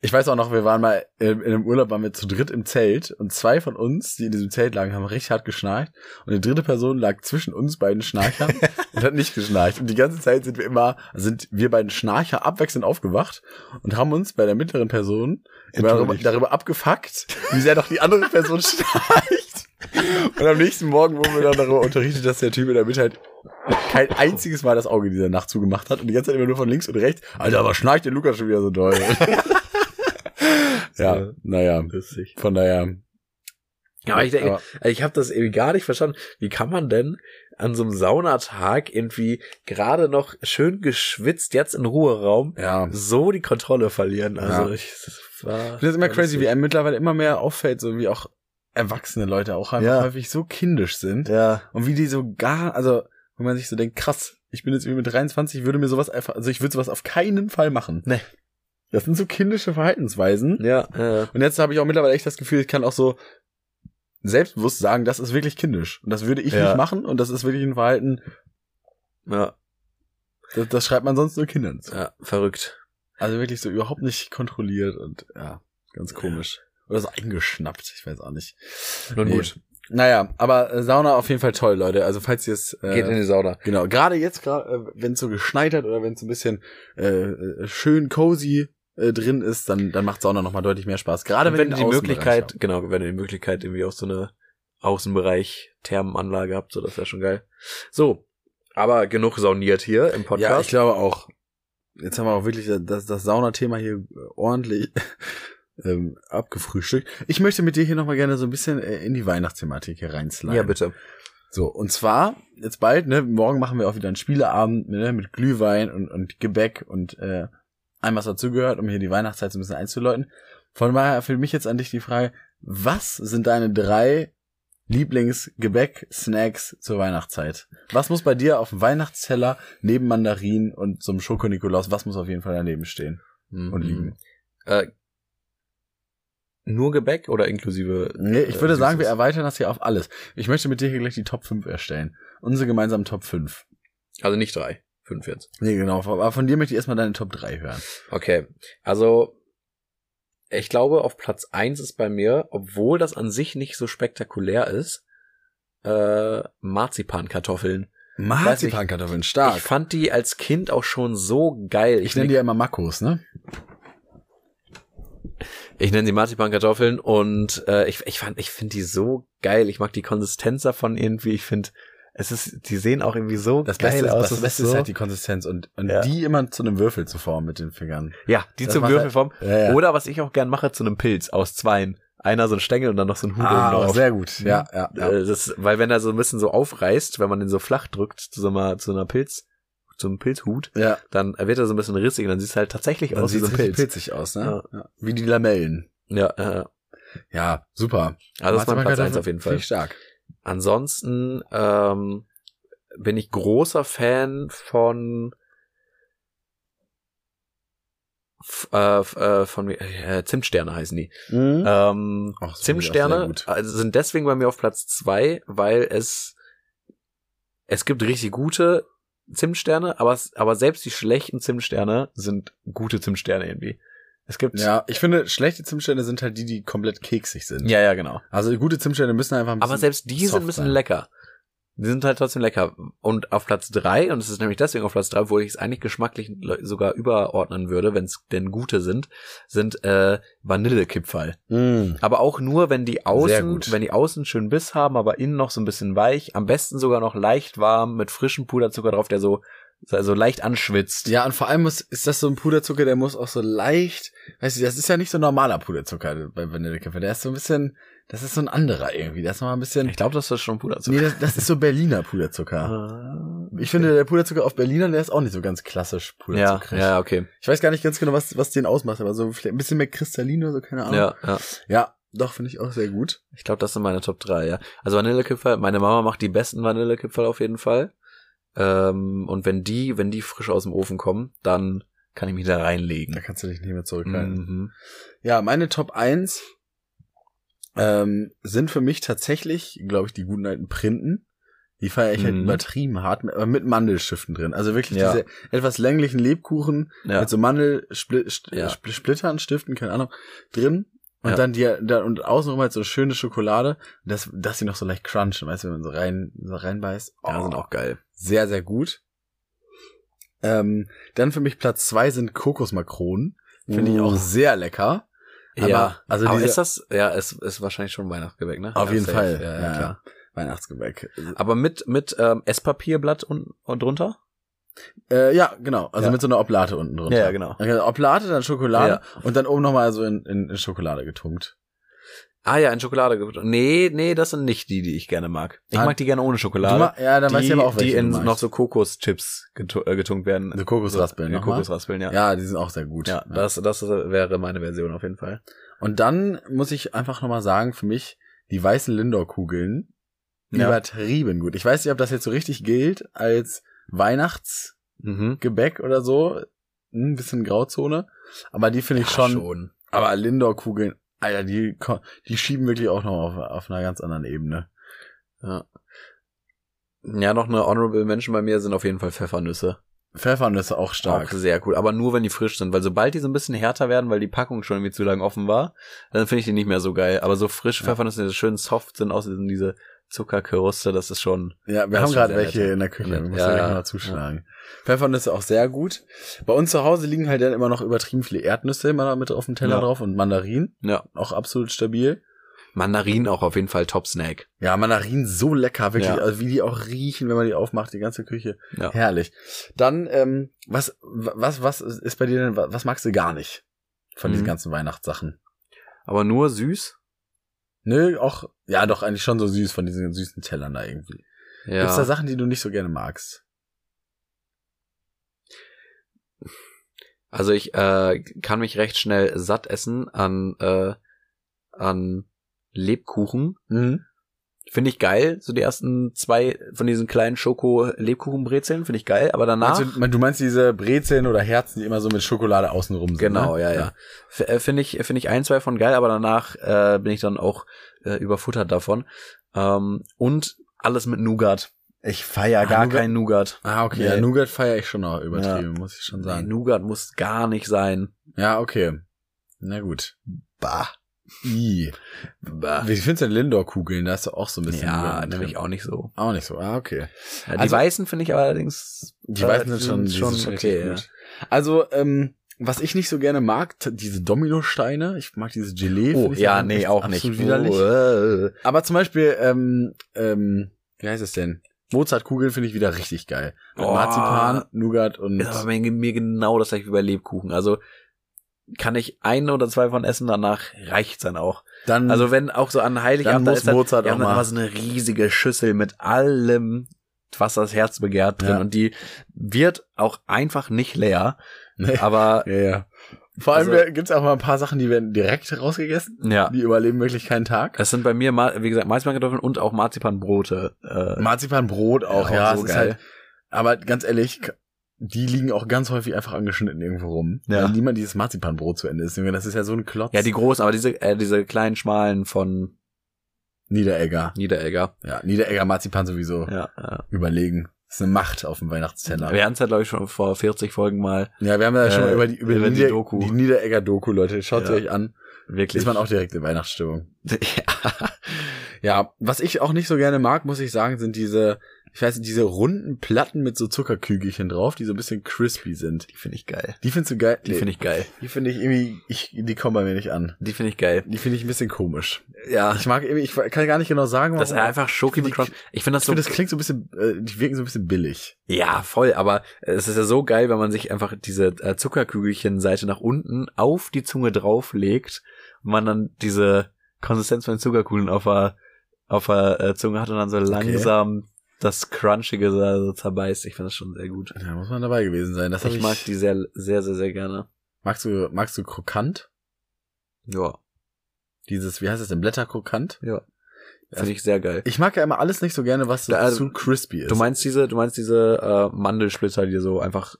Speaker 1: ich weiß auch noch, wir waren mal äh, in einem Urlaub, waren wir zu dritt im Zelt und zwei von uns, die in diesem Zelt lagen, haben richtig hart geschnarcht und die dritte Person lag zwischen uns beiden Schnarchern und hat nicht geschnarcht. Und die ganze Zeit sind wir immer, sind wir beiden Schnarcher abwechselnd aufgewacht und haben uns bei der mittleren Person immer darüber,
Speaker 4: Entschuldigt.
Speaker 1: darüber abgefuckt, wie sehr doch die andere Person schnarcht. Und am nächsten Morgen wurden wir dann darüber unterrichtet, dass der Typ in der Mitte halt kein einziges Mal das Auge dieser Nacht zugemacht hat und die ganze Zeit immer nur von links und rechts. Alter, aber schnarcht der Lukas schon wieder so doll. ja, naja,
Speaker 2: Lustig.
Speaker 1: von daher.
Speaker 2: Ja, aber ich denke, ich habe das irgendwie gar nicht verstanden. Wie kann man denn an so einem Saunatag irgendwie gerade noch schön geschwitzt, jetzt in Ruheraum,
Speaker 1: ja.
Speaker 2: so die Kontrolle verlieren? Also
Speaker 1: Ja.
Speaker 2: ich, das war...
Speaker 1: Das ist immer
Speaker 2: war
Speaker 1: crazy,
Speaker 2: lustig.
Speaker 1: wie einem mittlerweile immer mehr auffällt, so wie auch erwachsene Leute auch einfach
Speaker 4: Ja.
Speaker 1: häufig so kindisch sind
Speaker 4: Ja.
Speaker 1: und wie die so gar, also wenn man sich so denkt, krass, ich bin jetzt irgendwie mit 23, würde mir sowas einfach, also ich würde sowas auf keinen Fall machen.
Speaker 2: Nee.
Speaker 1: Das sind so kindische Verhaltensweisen.
Speaker 2: Ja, äh,
Speaker 1: Und jetzt habe ich auch mittlerweile echt das Gefühl, ich kann auch so selbstbewusst sagen, das ist wirklich kindisch. Und das würde ich
Speaker 2: Ja.
Speaker 1: nicht machen und das ist wirklich ein Verhalten,
Speaker 2: ja,
Speaker 1: das, das schreibt man sonst nur Kindern. zu.
Speaker 2: ja, verrückt.
Speaker 1: Also wirklich so überhaupt nicht kontrolliert und ja, ganz komisch. Oder so eingeschnappt, ich weiß auch nicht.
Speaker 2: Nun
Speaker 1: Nee.
Speaker 2: gut.
Speaker 1: Naja, aber äh, Sauna auf jeden Fall toll, Leute. Also falls ihr es äh,
Speaker 2: die Sauna.
Speaker 1: Genau, gerade jetzt, wenn es so geschneit hat oder wenn es ein bisschen äh, äh, schön cozy äh, drin ist, dann, dann macht Sauna nochmal deutlich mehr Spaß. Gerade wenn,
Speaker 2: Gerade
Speaker 1: ihr
Speaker 2: wenn, du
Speaker 1: einen
Speaker 2: die
Speaker 1: Außenbereich
Speaker 2: Möglichkeit,
Speaker 1: habt.
Speaker 2: genau, wenn du die Möglichkeit irgendwie auch so eine Außenbereich-Thermenanlage habt, so das wäre schon geil. So, aber genug sauniert hier im Podcast.
Speaker 1: Ja, ich glaube auch. Jetzt haben wir auch wirklich das, das Sauna-Thema hier ordentlich ähm, abgefrühstückt. Ich möchte mit dir hier nochmal gerne so ein bisschen äh, in die Weihnachtsthematik hier reinsliden.
Speaker 2: ja, bitte.
Speaker 1: So, und zwar, jetzt bald, ne, morgen machen wir auch wieder einen Spieleabend ne, mit Glühwein und, und Gebäck und äh, allem, was dazugehört, um hier die Weihnachtszeit so ein bisschen einzuläuten. Von daher für mich jetzt an dich die Frage, was sind deine drei Lieblingsgebäck-Snacks zur Weihnachtszeit? Was muss bei dir auf dem Weihnachtsteller neben Mandarinen und so einem Schoko-Nikolaus, was muss auf jeden Fall daneben stehen
Speaker 2: Mhm.
Speaker 1: und liegen?
Speaker 2: Äh, nur Gebäck oder inklusive?
Speaker 1: Nee, ich würde
Speaker 2: äh,
Speaker 1: sagen, wir
Speaker 2: Süßes?
Speaker 1: erweitern das hier auf alles. Ich möchte mit dir hier gleich die Top 5 erstellen. Unsere gemeinsamen Top 5.
Speaker 2: Also nicht drei, fünf jetzt.
Speaker 1: Nee, genau. Aber von dir möchte ich erstmal deine Top 3 hören.
Speaker 2: Okay, also ich glaube, auf Platz eins ist bei mir, obwohl das an sich nicht so spektakulär ist, äh, Marzipankartoffeln.
Speaker 1: Marzipankartoffeln,
Speaker 2: Ich
Speaker 1: stark.
Speaker 2: fand die als Kind auch schon so geil.
Speaker 1: Ich, nenne die ja immer Makos, ne?
Speaker 2: ich nenn sie Marzipankartoffeln und äh, ich, ich fand, ich finde die so geil. Ich mag die Konsistenz davon irgendwie. Ich finde, es ist, die sehen auch irgendwie so
Speaker 1: Das
Speaker 2: geil
Speaker 1: Beste, ist,
Speaker 2: aus.
Speaker 1: das
Speaker 2: Es
Speaker 1: Beste
Speaker 2: so,
Speaker 1: ist halt die Konsistenz und, und
Speaker 2: Ja.
Speaker 1: die immer zu einem Würfel zu formen mit den Fingern.
Speaker 2: ja, die
Speaker 1: das
Speaker 2: zum
Speaker 1: macht halt-
Speaker 2: Würfelform.
Speaker 1: Ja,
Speaker 2: Oder was ich auch gern mache, zu einem Pilz aus zweien. Einer so ein Stängel und dann noch so ein Hut oben
Speaker 1: Ah,
Speaker 2: drauf.
Speaker 1: sehr gut. Ja, ja, ja.
Speaker 2: Äh, Das, weil wenn er so ein bisschen so aufreißt, wenn man den so flach drückt zu so einer, zu einer Pilz, zum Pilzhut,
Speaker 1: ja.
Speaker 2: dann wird er so ein bisschen rissig und dann sieht es halt tatsächlich
Speaker 1: Dann
Speaker 2: aus wie
Speaker 1: sieht
Speaker 2: so
Speaker 1: es
Speaker 2: ein
Speaker 1: Pilz.
Speaker 2: Pilz.
Speaker 1: pilzig aus, ne? Ja. Wie die Lamellen.
Speaker 2: Ja, äh,
Speaker 1: Ja, super.
Speaker 2: also das ist mein Platz
Speaker 1: Marzipankartoffeln
Speaker 2: eins auf jeden
Speaker 1: finde
Speaker 2: Fall.
Speaker 1: Ich stark.
Speaker 2: Ansonsten ähm, bin ich großer Fan von f- äh, f- äh, von äh, Zimtsterne heißen die.
Speaker 1: Äh,
Speaker 2: Ähm,
Speaker 1: Ach, das finde ich auch sehr
Speaker 2: Zimtsterne
Speaker 1: gut.
Speaker 2: also sind deswegen bei mir auf Platz zwei, weil es es gibt richtig gute Zimtsterne, aber es- aber selbst die schlechten Zimtsterne sind gute Zimtsterne irgendwie. Es gibt
Speaker 1: Ja, ich finde, schlechte Zimtstände sind halt die, die komplett keksig sind.
Speaker 2: ja, ja, genau.
Speaker 1: Also gute Zimtstände müssen einfach ein bisschen
Speaker 2: Aber selbst die sind
Speaker 1: soft
Speaker 2: ein bisschen
Speaker 1: sein.
Speaker 2: lecker. Die sind halt trotzdem lecker. Und auf Platz drei und es ist nämlich deswegen auf Platz drei, obwohl ich es eigentlich geschmacklich le- sogar überordnen würde, wenn es denn gute sind, sind äh, Vanillekipferl.
Speaker 1: Mm.
Speaker 2: Aber auch nur, wenn die
Speaker 1: Sehr
Speaker 2: außen,
Speaker 1: gut.
Speaker 2: wenn die außen schön Biss haben, aber innen noch so ein bisschen weich, am besten sogar noch leicht warm mit frischem Puderzucker drauf, der so, so leicht anschwitzt.
Speaker 1: Ja, und vor allem muss, ist das so ein Puderzucker, der muss auch so leicht, weißt du, das ist ja nicht so normaler Puderzucker bei Vanillekipferl. Der ist so ein bisschen, das ist so ein anderer irgendwie. Das ist nochmal ein bisschen,
Speaker 2: Ich glaube, das ist schon
Speaker 1: nee,
Speaker 2: Puderzucker.
Speaker 1: das, das ist so Berliner Puderzucker.
Speaker 2: Ah.
Speaker 1: Ich finde, der Puderzucker auf Berliner, der ist auch nicht so ganz klassisch
Speaker 2: ja,
Speaker 1: Puderzucker.
Speaker 2: ja, okay.
Speaker 1: Ich weiß gar nicht ganz genau, was, was den ausmacht, aber so vielleicht ein bisschen mehr kristallin oder so, keine Ahnung.
Speaker 2: Ja, ja.
Speaker 1: ja doch, finde ich auch sehr gut.
Speaker 2: Ich glaube, das sind meine Top drei. ja. Also Vanillekipferl, meine Mama macht die besten Vanillekipferl auf jeden Fall. Ähm, und wenn die, wenn die frisch aus dem Ofen kommen, dann kann ich mich da
Speaker 1: Da
Speaker 2: reinlegen.
Speaker 1: kannst du dich nicht mehr zurückhalten.
Speaker 2: Mhm.
Speaker 1: Ja, meine Top 1 ähm, sind für mich tatsächlich, glaube ich, die guten alten Printen. Die feiere ich halt
Speaker 2: Mhm.
Speaker 1: übertrieben hart, aber mit Mandelschiffen drin. Also wirklich
Speaker 2: Ja.
Speaker 1: diese etwas länglichen Lebkuchen
Speaker 2: Ja.
Speaker 1: mit so Mandelsplittern,
Speaker 2: Ja.
Speaker 1: äh, Stiften, keine Ahnung, drin. Und
Speaker 2: Ja.
Speaker 1: dann die, dann, und außenrum halt so schöne Schokolade, dass, dass sie noch so leicht crunchen, weißt du, wenn man so rein, so reinbeißt. Oh,
Speaker 2: ja, sind auch geil.
Speaker 1: sehr, sehr gut. Ähm, dann für mich Platz zwei sind Kokosmakronen. Finde
Speaker 2: Uh.
Speaker 1: ich auch sehr lecker. Aber,
Speaker 2: ja.
Speaker 1: also
Speaker 2: aber
Speaker 1: diese-
Speaker 2: ist das, ja, es ist wahrscheinlich schon Weihnachtsgebäck, ne?
Speaker 1: Auf
Speaker 2: ja,
Speaker 1: jeden
Speaker 2: safe.
Speaker 1: Fall.
Speaker 2: Ja, ja,
Speaker 1: Ja,
Speaker 2: klar.
Speaker 1: Weihnachtsgebäck.
Speaker 2: Aber mit, mit ähm, Esspapierblatt und, und drunter?
Speaker 1: Äh, ja, genau. Also
Speaker 2: Ja.
Speaker 1: mit so einer Oblate unten drunter.
Speaker 2: Ja, ja, genau.
Speaker 1: Okay, Oblate, dann Schokolade und dann oben nochmal so in, in, in Schokolade getunkt.
Speaker 2: Ah ja, in Schokolade. ge- Nee, nee, das sind nicht die, die ich gerne mag. Ich
Speaker 1: Ah,
Speaker 2: mag die gerne ohne
Speaker 1: Du
Speaker 2: Schokolade.
Speaker 1: ma- ja, dann weiß ich
Speaker 2: die,
Speaker 1: aber auch,
Speaker 2: die
Speaker 1: welche
Speaker 2: in
Speaker 1: du magst.
Speaker 2: noch so Kokoschips getu äh, getunkt werden.
Speaker 1: Also Kokosraspeln
Speaker 2: Ja,
Speaker 1: nochmal?
Speaker 2: Kokosraspeln, ja.
Speaker 1: Ja, die sind auch sehr gut.
Speaker 2: Ja, das, das wäre meine Version auf jeden Fall.
Speaker 1: Und dann muss ich einfach nochmal sagen, für mich, die weißen Lindor-Kugeln
Speaker 2: Ja.
Speaker 1: übertrieben gut. Ich weiß nicht, ob das jetzt so richtig gilt als Weihnachtsgebäck
Speaker 2: Mhm.
Speaker 1: oder so. Ein bisschen Grauzone. Aber die finde ich schon, Aber Lindor-Kugeln, Alter, die, ko- die schieben wirklich auch noch auf, auf einer ganz anderen Ebene.
Speaker 2: Ja, noch eine honorable Menschen bei mir sind auf jeden Fall Pfeffernüsse.
Speaker 1: Pfeffernüsse auch stark.
Speaker 2: Auch sehr cool. Aber nur, wenn die frisch sind. Weil sobald die so ein bisschen härter werden, weil die Packung schon irgendwie zu lang offen war, dann finde ich die nicht mehr so geil. Aber so frische
Speaker 1: Ja.
Speaker 2: Pfeffernüsse, die so schön soft sind, außerdem diese Zuckerkruste, das ist schon
Speaker 1: Ja, wir
Speaker 2: Das
Speaker 1: haben
Speaker 2: ist
Speaker 1: gerade
Speaker 2: schon
Speaker 1: welche
Speaker 2: sehr nett.
Speaker 1: in der Küche. Wir
Speaker 2: Ja,
Speaker 1: müssen
Speaker 2: ja,
Speaker 1: ja, gleich
Speaker 2: ja.
Speaker 1: mal zuschlagen. Pfeffernüsse auch sehr gut. Bei uns zu Hause liegen halt dann immer noch übertrieben viele Erdnüsse immer noch mit auf dem Teller
Speaker 2: Ja.
Speaker 1: drauf und Mandarinen.
Speaker 2: Ja.
Speaker 1: Auch absolut stabil.
Speaker 2: Mandarinen auch auf jeden Fall Top Snack.
Speaker 1: Ja, Mandarinen so lecker, wirklich.
Speaker 2: Ja.
Speaker 1: Also wie die auch riechen, wenn man die aufmacht, die ganze Küche.
Speaker 2: Ja.
Speaker 1: Herrlich. Dann, ähm, was, was, was ist bei dir denn, was magst du gar nicht von diesen
Speaker 2: Mhm.
Speaker 1: ganzen Weihnachtssachen?
Speaker 2: Aber nur süß?
Speaker 1: Nö, auch, ja doch, eigentlich schon so süß von diesen süßen Tellern da irgendwie.
Speaker 2: Ja.
Speaker 1: Gibt's da Sachen, die du nicht so gerne magst?
Speaker 2: Also ich äh, kann mich recht schnell satt essen an äh, an Lebkuchen.
Speaker 1: Mhm.
Speaker 2: Finde ich geil, so die ersten zwei von diesen kleinen Schoko-Lebkuchenbrezeln finde ich geil, aber danach...
Speaker 1: Meinst du, du meinst diese Brezeln oder Herzen, die immer so mit Schokolade außenrum sind?
Speaker 2: genau,
Speaker 1: ne?
Speaker 2: ja, ja. F- äh, Finde ich, finde ich ein, zwei von geil, aber danach äh, bin ich dann auch äh, überfuttert davon. Ähm, und alles mit Nougat.
Speaker 1: Ich feier
Speaker 2: gar kein Nougat.
Speaker 1: Ah, okay.
Speaker 2: Nee.
Speaker 1: Ja, Nougat feiere ich schon noch übertrieben, muss ich schon
Speaker 2: Nee,
Speaker 1: sagen.
Speaker 2: Nougat muss gar nicht sein.
Speaker 1: Ja, okay. Na gut. Bah. I.
Speaker 2: Bah.
Speaker 1: Wie findest du denn Lindor-Kugeln? Da ist doch auch so ein bisschen.
Speaker 2: Ja,
Speaker 1: Nougat drin.
Speaker 2: nämlich auch nicht so.
Speaker 1: Auch nicht so. Ah, okay.
Speaker 2: Ja, die
Speaker 1: Also-
Speaker 2: Weißen finde ich allerdings.
Speaker 1: Die
Speaker 2: äh,
Speaker 1: Weißen sind schon,
Speaker 2: die
Speaker 1: die sind schon
Speaker 2: okay.
Speaker 1: okay.
Speaker 2: ja.
Speaker 1: Gut. Also, ähm, was ich nicht so gerne mag, t- diese Dominosteine. Ich mag diese Gelee.
Speaker 2: Oh,
Speaker 1: find ich
Speaker 2: ja,
Speaker 1: einfach
Speaker 2: nee,
Speaker 1: echt
Speaker 2: auch nicht.
Speaker 1: absolut Widerlich.
Speaker 2: Oh, äh.
Speaker 1: Aber zum Beispiel, ähm, ähm, wie heißt es denn? Mozartkugeln finde ich wieder richtig geil. Mit
Speaker 2: Oh.
Speaker 1: Marzipan, Nougat und.
Speaker 2: Ist aber bei mir genau das gleiche wie bei Lebkuchen. Also kann ich ein oder zwei von essen, danach reicht's dann auch.
Speaker 1: Dann,
Speaker 2: Also wenn auch so an
Speaker 1: Mhm. dann
Speaker 2: Heiligabend da
Speaker 1: muss
Speaker 2: ist dann,
Speaker 1: Mozart
Speaker 2: die
Speaker 1: auch
Speaker 2: haben dann immer
Speaker 1: mal.
Speaker 2: so eine riesige Schüssel mit allem, was das Herz begehrt drin.
Speaker 1: Ja.
Speaker 2: Und die wird auch einfach nicht leer.
Speaker 1: Nee.
Speaker 2: Aber
Speaker 1: Ja, ja. Vor allem
Speaker 2: Also-
Speaker 1: also, gibt es auch mal ein paar Sachen, die werden direkt rausgegessen.
Speaker 2: ja,
Speaker 1: Die überleben wirklich keinen Tag.
Speaker 2: es sind bei mir, Ma- wie gesagt, Maismankartoffeln und auch Marzipanbrote. Äh,
Speaker 1: Marzipanbrot auch,
Speaker 2: auch
Speaker 1: ja.
Speaker 2: so
Speaker 1: es ist
Speaker 2: geil.
Speaker 1: halt, aber ganz ehrlich, k- die liegen auch ganz häufig einfach angeschnitten irgendwo rum.
Speaker 2: Ja.
Speaker 1: Weil niemand dieses Marzipanbrot zu Ende ist. Junge, Das ist ja so ein Klotz.
Speaker 2: ja, die großen, aber diese, äh, diese kleinen, schmalen von
Speaker 1: Niederegger.
Speaker 2: Niederegger.
Speaker 1: Ja, Niederegger Marzipan sowieso
Speaker 2: Ja, ja.
Speaker 1: überlegen. ist eine Macht auf dem Weihnachtsteller.
Speaker 2: Genau. Wir hatten es ja, glaube ich, schon vor 40 Folgen mal.
Speaker 1: Ja, wir haben ja schon
Speaker 2: Äh,
Speaker 1: mal über die, über
Speaker 2: über
Speaker 1: die,
Speaker 2: die
Speaker 1: Nieder
Speaker 2: Doku.
Speaker 1: die Niederegger Doku, Leute. Schaut sie
Speaker 2: Ja.
Speaker 1: euch an.
Speaker 2: Wirklich.
Speaker 1: Ist man auch direkt in Weihnachtsstimmung.
Speaker 2: ja.
Speaker 1: Ja, was ich auch nicht so gerne mag, muss ich sagen, sind diese, ich weiß nicht, diese runden Platten mit so Zuckerkügelchen drauf, die so ein bisschen crispy sind.
Speaker 2: Die finde ich geil.
Speaker 1: Die findest du geil?
Speaker 2: Die finde ich geil.
Speaker 1: die finde ich irgendwie, ich, die kommen bei mir nicht an.
Speaker 2: Die finde ich geil.
Speaker 1: Die finde ich ein bisschen komisch.
Speaker 2: Ja.
Speaker 1: Ich mag irgendwie, ich kann gar nicht genau sagen,
Speaker 2: Das ist
Speaker 1: aber
Speaker 2: einfach Schoki
Speaker 1: Ich
Speaker 2: mit
Speaker 1: find
Speaker 2: Crunch.
Speaker 1: die-
Speaker 2: Ich finde das
Speaker 1: Ich
Speaker 2: so
Speaker 1: finde, das klingt so ein bisschen, äh, die wirken so ein bisschen billig.
Speaker 2: Ja, voll, aber es ist ja so geil, wenn man sich einfach diese äh, Zuckerkügelchen-Seite nach unten auf die Zunge drauflegt und man dann diese Konsistenz von den Zuckerkugeln auf der, auf der äh, Zunge hat und dann so langsam das Crunchige so, so zerbeißt. Ich finde das schon sehr gut.
Speaker 1: Da muss man dabei gewesen sein. Das hab
Speaker 2: ich, mag die sehr, sehr, sehr, sehr gerne.
Speaker 1: Magst du, magst du krokant?
Speaker 2: Ja,
Speaker 1: Dieses, wie heißt es denn, Blätterkrokant?
Speaker 2: finde ich sehr geil.
Speaker 1: Ich mag ja immer alles nicht so gerne, was so
Speaker 2: Da- also,
Speaker 1: zu crispy ist.
Speaker 2: Du meinst diese, du meinst diese äh, Mandelsplitter, die so einfach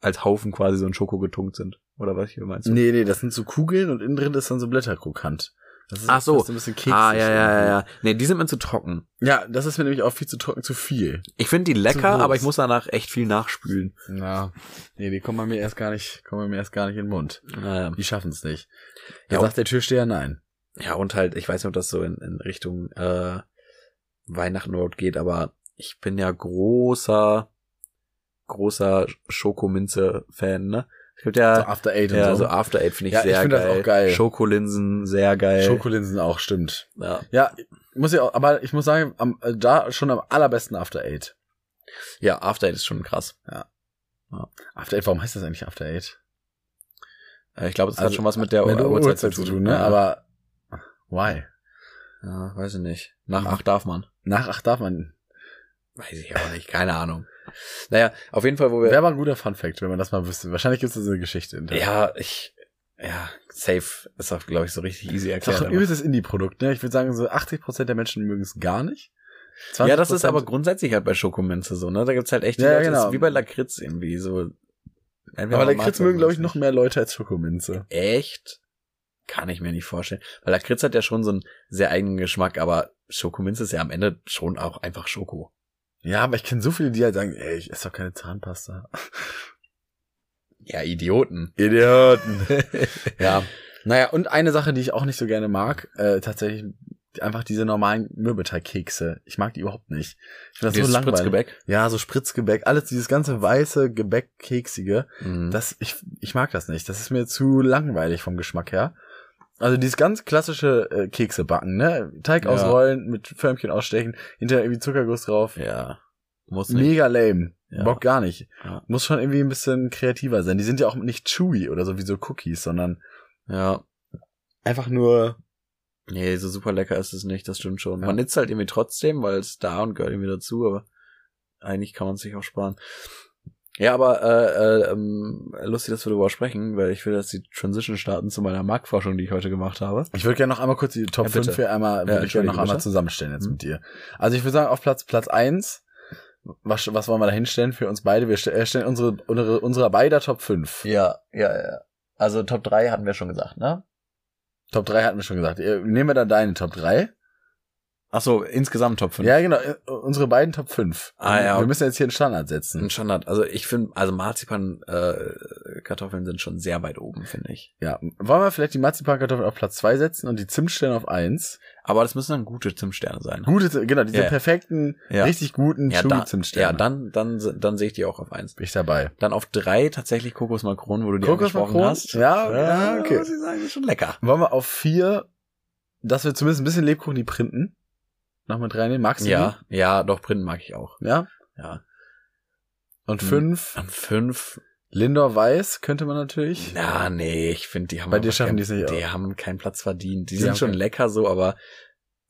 Speaker 2: als Haufen quasi so in Schoko getunkt sind? Oder was hier meinst du?
Speaker 1: Nee, nee, das sind so Kugeln und innen drin ist dann so Blätterkrokant. Das ist
Speaker 2: Ach so.
Speaker 1: fast ein bisschen keksig.
Speaker 2: ah, ja, ja, ja,
Speaker 1: irgendwie.
Speaker 2: ja. Nee, die sind mir zu trocken.
Speaker 1: Ja, das ist mir nämlich auch viel zu trocken, zu viel.
Speaker 2: Ich finde die lecker,
Speaker 1: groß.
Speaker 2: aber ich muss danach echt viel nachspülen.
Speaker 1: Ja. Nee, die kommen bei mir erst gar nicht, kommen bei mir erst gar nicht in den Mund.
Speaker 2: Ähm,
Speaker 1: Die schaffen es nicht. Da
Speaker 2: Ja,
Speaker 1: sagt der Türsteher nein.
Speaker 2: ja, und halt, ich weiß nicht, ob das so in, in Richtung äh, Weihnachten überhaupt geht, aber ich bin ja großer, großer Schokominze-Fan, ne? Es gibt
Speaker 1: So
Speaker 2: ja,
Speaker 1: After Eight und
Speaker 2: ja,
Speaker 1: so.
Speaker 2: so After Eight finde ich
Speaker 1: Ja, ich
Speaker 2: sehr
Speaker 1: find das
Speaker 2: geil.
Speaker 1: auch geil.
Speaker 2: Schokolinsen, sehr geil.
Speaker 1: Schokolinsen auch, stimmt.
Speaker 2: ja.
Speaker 1: Ja, muss ja auch, aber ich muss sagen, am, äh, da schon am allerbesten After Eight.
Speaker 2: ja, After Eight ist schon krass.
Speaker 1: After Eight, warum heißt das eigentlich After Eight?
Speaker 2: Äh, Ich glaube, es hat
Speaker 1: Also,
Speaker 2: schon was mit der
Speaker 1: Mit
Speaker 2: Ur- Uhrzeit zu tun,
Speaker 1: ne?
Speaker 2: Ja.
Speaker 1: Aber, why?
Speaker 2: ja, weiß ich nicht. Nach acht darf man.
Speaker 1: Nach acht darf man.
Speaker 2: Weiß ich auch nicht, keine Ahnung. Naja, auf jeden Fall, wo wir
Speaker 1: Wäre mal ein guter Fun Fact, wenn man das mal wüsste. Wahrscheinlich gibt es so eine Geschichte. hinter.
Speaker 2: Ja, ich, ja, safe ist auch, glaube ich, so richtig easy
Speaker 1: Ist auch
Speaker 2: erklärt.
Speaker 1: so ein
Speaker 2: aber-
Speaker 1: übelstes Indie-Produkt, ne? Ich würde sagen, so 80% der Menschen mögen es gar nicht.
Speaker 2: Ja, das ist aber grundsätzlich halt bei Schokominze so, ne? Da gibt's halt echt die
Speaker 1: Ja,
Speaker 2: Leute, das
Speaker 1: genau.
Speaker 2: ist wie bei Lakritz irgendwie so.
Speaker 1: Aber
Speaker 2: Entweder man
Speaker 1: der
Speaker 2: mag
Speaker 1: Kritz
Speaker 2: oder
Speaker 1: mögen,
Speaker 2: man
Speaker 1: glaube ich,
Speaker 2: mag's
Speaker 1: noch mehr Leute als Schokominze.
Speaker 2: nicht. Echt? Kann ich mir nicht vorstellen. Weil Lakritz hat ja schon so einen sehr eigenen Geschmack, aber Schokominze ist ja am Ende schon auch einfach Schoko.
Speaker 1: Ja, aber ich kenne so viele, die halt sagen, ey, ich esse doch keine Zahnpasta.
Speaker 2: Ja, Idioten.
Speaker 1: Idioten. ja. Naja, und eine Sache, die ich auch nicht so gerne mag, äh, tatsächlich einfach diese normalen Mürbeteigkekse. Ich mag die überhaupt nicht. Ich finde das
Speaker 2: Dieses
Speaker 1: so langweilig.
Speaker 2: Spritzgebäck.
Speaker 1: Ja, so Spritzgebäck, alles dieses ganze weiße Gebäck, keksige.
Speaker 2: Mhm.
Speaker 1: Das, ich, ich mag das nicht. Das ist mir zu langweilig vom Geschmack her. Also dieses ganz klassische äh, Kekse backen, ne? Teig
Speaker 2: Ja.
Speaker 1: ausrollen, mit Förmchen ausstechen, hinterher irgendwie Zuckerguss drauf.
Speaker 2: ja. Muss nicht.
Speaker 1: Mega lame.
Speaker 2: Ja.
Speaker 1: Bock gar nicht.
Speaker 2: Ja.
Speaker 1: Muss schon irgendwie ein bisschen kreativer sein. Die sind ja auch nicht chewy oder so wie so Cookies, sondern
Speaker 2: Ja.
Speaker 1: einfach nur.
Speaker 2: Nee, so super lecker ist es nicht, das stimmt schon.
Speaker 1: Ja.
Speaker 2: Man isst halt irgendwie trotzdem, weil es da und gehört irgendwie dazu, aber eigentlich kann man es sich auch sparen. Ja, aber äh, äh, ähm, lustig, dass wir darüber sprechen, weil ich will jetzt die Transition starten zu meiner Marktforschung, die ich heute gemacht habe.
Speaker 1: Ich würde gerne noch einmal kurz die Top
Speaker 2: Ja, bitte.
Speaker 1: 5 hier einmal, würd ich
Speaker 2: Ja,
Speaker 1: gerne
Speaker 2: Entschuldige,
Speaker 1: noch einmal
Speaker 2: bitte.
Speaker 1: zusammenstellen jetzt
Speaker 2: Mhm.
Speaker 1: mit dir. Also ich würde sagen, auf Platz Platz eins. was, was wollen wir da hinstellen für uns beide? Wir stellen, stellen unsere, unsere, unserer beider Top 5.
Speaker 2: Ja, ja, ja. Also Top 3 hatten wir schon gesagt, ne?
Speaker 1: Top 3 hatten wir schon gesagt. Äh, Nehmen wir dann deine Top 3.
Speaker 2: Ach so, insgesamt Top 5.
Speaker 1: Ja, genau. äh, Unsere beiden Top 5.
Speaker 2: Ah, ja.
Speaker 1: Wir müssen jetzt hier einen Standard
Speaker 2: Ein
Speaker 1: setzen.
Speaker 2: Standard. Also ich finde, also Marzipan äh, Kartoffeln sind schon sehr weit oben, finde ich.
Speaker 1: Ja. Wollen wir vielleicht die Marzipankartoffeln auf Platz 2 setzen und die Zimtstellen auf 1?
Speaker 2: Aber das müssen dann gute Zimtsterne sein.
Speaker 1: Gute, Zim- genau, diese
Speaker 2: Ja.
Speaker 1: perfekten,
Speaker 2: Ja.
Speaker 1: richtig guten
Speaker 2: Ja,
Speaker 1: chewy
Speaker 2: da,
Speaker 1: Zimtsterne.
Speaker 2: ja, dann, dann, dann sehe ich die auch auf eins.
Speaker 1: bin ich dabei.
Speaker 2: Dann auf drei tatsächlich Kokosmakronen, wo du die angesprochen
Speaker 1: Kokosmakronen?
Speaker 2: hast. Ah,
Speaker 1: Ja, ja, okay.
Speaker 2: Muss ich sagen, ist schon lecker.
Speaker 1: Wollen wir auf 4, dass wir zumindest ein bisschen Lebkuchen, die printen, noch mit reinnehmen? Magst du
Speaker 2: Ja, ja, doch, Printen mag ich auch.
Speaker 1: die? Ja.
Speaker 2: Ja.
Speaker 1: Und
Speaker 2: Hm.
Speaker 1: 5,
Speaker 2: An fünf,
Speaker 1: Lindor Weiß könnte man natürlich.
Speaker 2: na, nee, ich finde, die haben,
Speaker 1: Bei dir
Speaker 2: einfach
Speaker 1: schaffen
Speaker 2: keinen-
Speaker 1: die es nicht
Speaker 2: die haben keinen Platz verdient. Die,
Speaker 1: Die haben
Speaker 2: sind schon
Speaker 1: keinen-
Speaker 2: lecker so, aber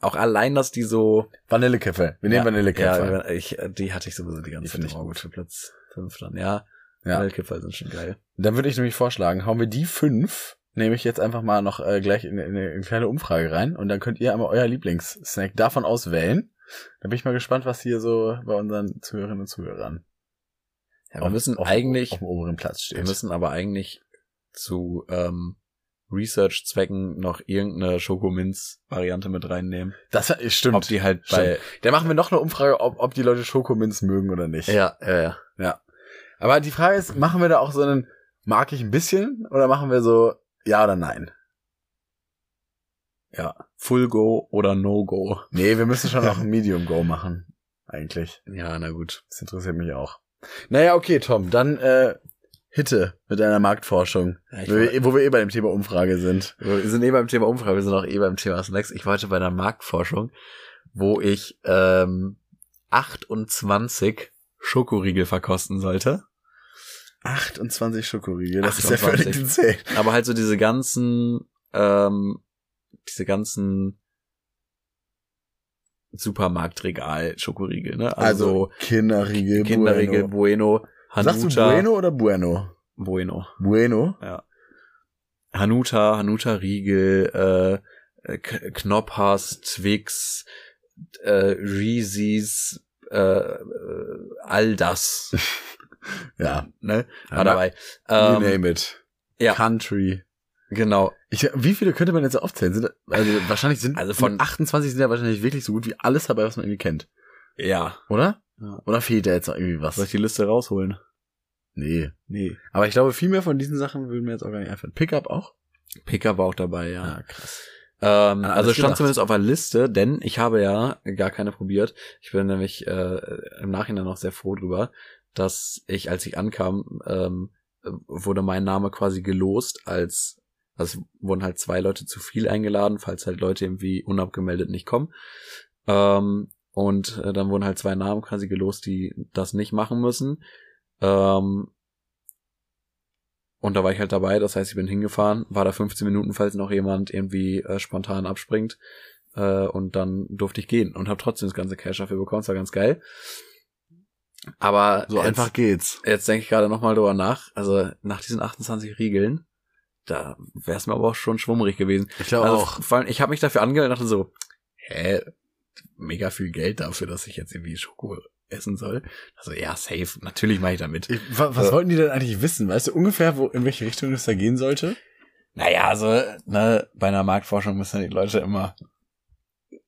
Speaker 2: auch allein, dass die so,
Speaker 1: Vanillekäfer. Wir nehmen Vanillekäfer.
Speaker 2: ja, ich, äh, die hatte ich sowieso die
Speaker 1: Die
Speaker 2: ganze Zeit
Speaker 1: finde
Speaker 2: im
Speaker 1: ich
Speaker 2: Auge für Platz fünf dann, ja.
Speaker 1: Ja.
Speaker 2: Vanillekipferl sind schon geil.
Speaker 1: Dann würde ich nämlich vorschlagen, hauen wir die fünf, nehme ich jetzt einfach mal noch äh, gleich in, in eine kleine Umfrage rein und dann könnt ihr einmal euer Lieblingssnack davon auswählen. Da bin ich mal gespannt, was hier so bei unseren Zuhörerinnen und Zuhörern
Speaker 2: Ja, wir
Speaker 1: auf-
Speaker 2: müssen
Speaker 1: auf,
Speaker 2: eigentlich,
Speaker 1: auf dem oberen Platz
Speaker 2: Wir
Speaker 1: steht.
Speaker 2: müssen aber eigentlich zu ähm, Research-Zwecken noch irgendeine Schokominz-Variante mit reinnehmen.
Speaker 1: Das äh, stimmt.
Speaker 2: Ob die halt bei.
Speaker 1: dann machen wir noch eine Umfrage, ob, ob die Leute Schokominz mögen oder nicht.
Speaker 2: Ja, ja, ja.
Speaker 1: Aber die Frage ist, machen wir da auch so einen, mag ich ein bisschen oder machen wir so ja oder nein?
Speaker 2: ja. Full Go oder No Go.
Speaker 1: Nee, wir müssen schon noch ein Medium Go machen. Eigentlich.
Speaker 2: Ja, na gut.
Speaker 1: Das interessiert mich auch. Naja, okay, Tom, dann äh, Hitte mit deiner Marktforschung,
Speaker 2: Ja, ich
Speaker 1: wo wir, wo wir eh bei dem Thema Umfrage sind.
Speaker 2: Wir sind eh beim Thema Umfrage, wir sind auch eh beim Thema Snacks. Ich war heute bei einer Marktforschung, wo ich ähm, 28 Schokoriegel verkosten sollte.
Speaker 1: 28 Schokoriegel, das ist ja
Speaker 2: 28.
Speaker 1: völlig insane.
Speaker 2: Aber halt so diese ganzen, ähm, diese ganzen Supermarktregal Schokoriegel, ne?
Speaker 1: Also
Speaker 2: Also,
Speaker 1: Kinderriegel,
Speaker 2: Kinderriegel,
Speaker 1: Bueno.
Speaker 2: Bueno, Hanuta,
Speaker 1: Sagst du Bueno oder Bueno?
Speaker 2: Bueno,
Speaker 1: Bueno?
Speaker 2: Hanuta, Hanuta Riegel, äh, K Knoppers, Twix, äh, Reese's, äh, äh, all das,
Speaker 1: Ja.
Speaker 2: ne? War
Speaker 1: Ja,
Speaker 2: dabei.
Speaker 1: You
Speaker 2: Ähm,
Speaker 1: name it.
Speaker 2: ja.
Speaker 1: Country.
Speaker 2: genau.
Speaker 1: Ich, wie viele könnte man jetzt aufzählen? Sind, also wahrscheinlich sind
Speaker 2: Also von-
Speaker 1: mit 28 sind ja wahrscheinlich wirklich so gut wie alles dabei, was man irgendwie kennt,
Speaker 2: Ja.
Speaker 1: oder?
Speaker 2: Ja.
Speaker 1: Oder fehlt da jetzt noch irgendwie was?
Speaker 2: Soll ich die Liste rausholen?
Speaker 1: Nee.
Speaker 2: Nee.
Speaker 1: Aber ich glaube, viel mehr von diesen Sachen würden mir jetzt auch gar nicht einfallen. Pickup auch?
Speaker 2: Picker war auch dabei, ja.
Speaker 1: Ah, krass.
Speaker 2: Ähm,
Speaker 1: An alles
Speaker 2: also stand
Speaker 1: gedacht.
Speaker 2: zumindest auf der Liste, denn ich habe ja gar keine probiert. Ich bin nämlich äh, im Nachhinein noch sehr froh drüber, dass ich, als ich ankam, ähm, wurde mein Name quasi gelost als, also es wurden halt zwei Leute zu viel eingeladen, falls halt Leute irgendwie unabgemeldet nicht kommen. Ähm, und äh, dann wurden halt zwei Namen quasi gelost, die das nicht machen müssen. Ähm, und da war ich halt dabei, das heißt, ich bin hingefahren, war da 15 Minuten, falls noch jemand irgendwie äh, spontan abspringt. Äh, und dann durfte ich gehen und habe trotzdem das ganze Cash dafür bekommen, es war ganz geil. Aber
Speaker 1: So
Speaker 2: jetzt-
Speaker 1: einfach geht's.
Speaker 2: jetzt denke ich gerade nochmal drüber nach. Also nach diesen 28 Riegeln, da wäre es mir aber auch schon schwummrig gewesen.
Speaker 1: Ich glaube
Speaker 2: Also, vor allem, ich habe mich dafür angemeldet und dachte so, hä, mega viel Geld dafür, dass ich jetzt irgendwie Schoko essen soll. Also ja, safe. Natürlich mache ich damit.
Speaker 1: Ich, wa was
Speaker 2: So.
Speaker 1: wollten die denn eigentlich wissen? Weißt du ungefähr, wo, in welche Richtung es da gehen sollte?
Speaker 2: Naja, also ne, bei einer Marktforschung müssen die Leute immer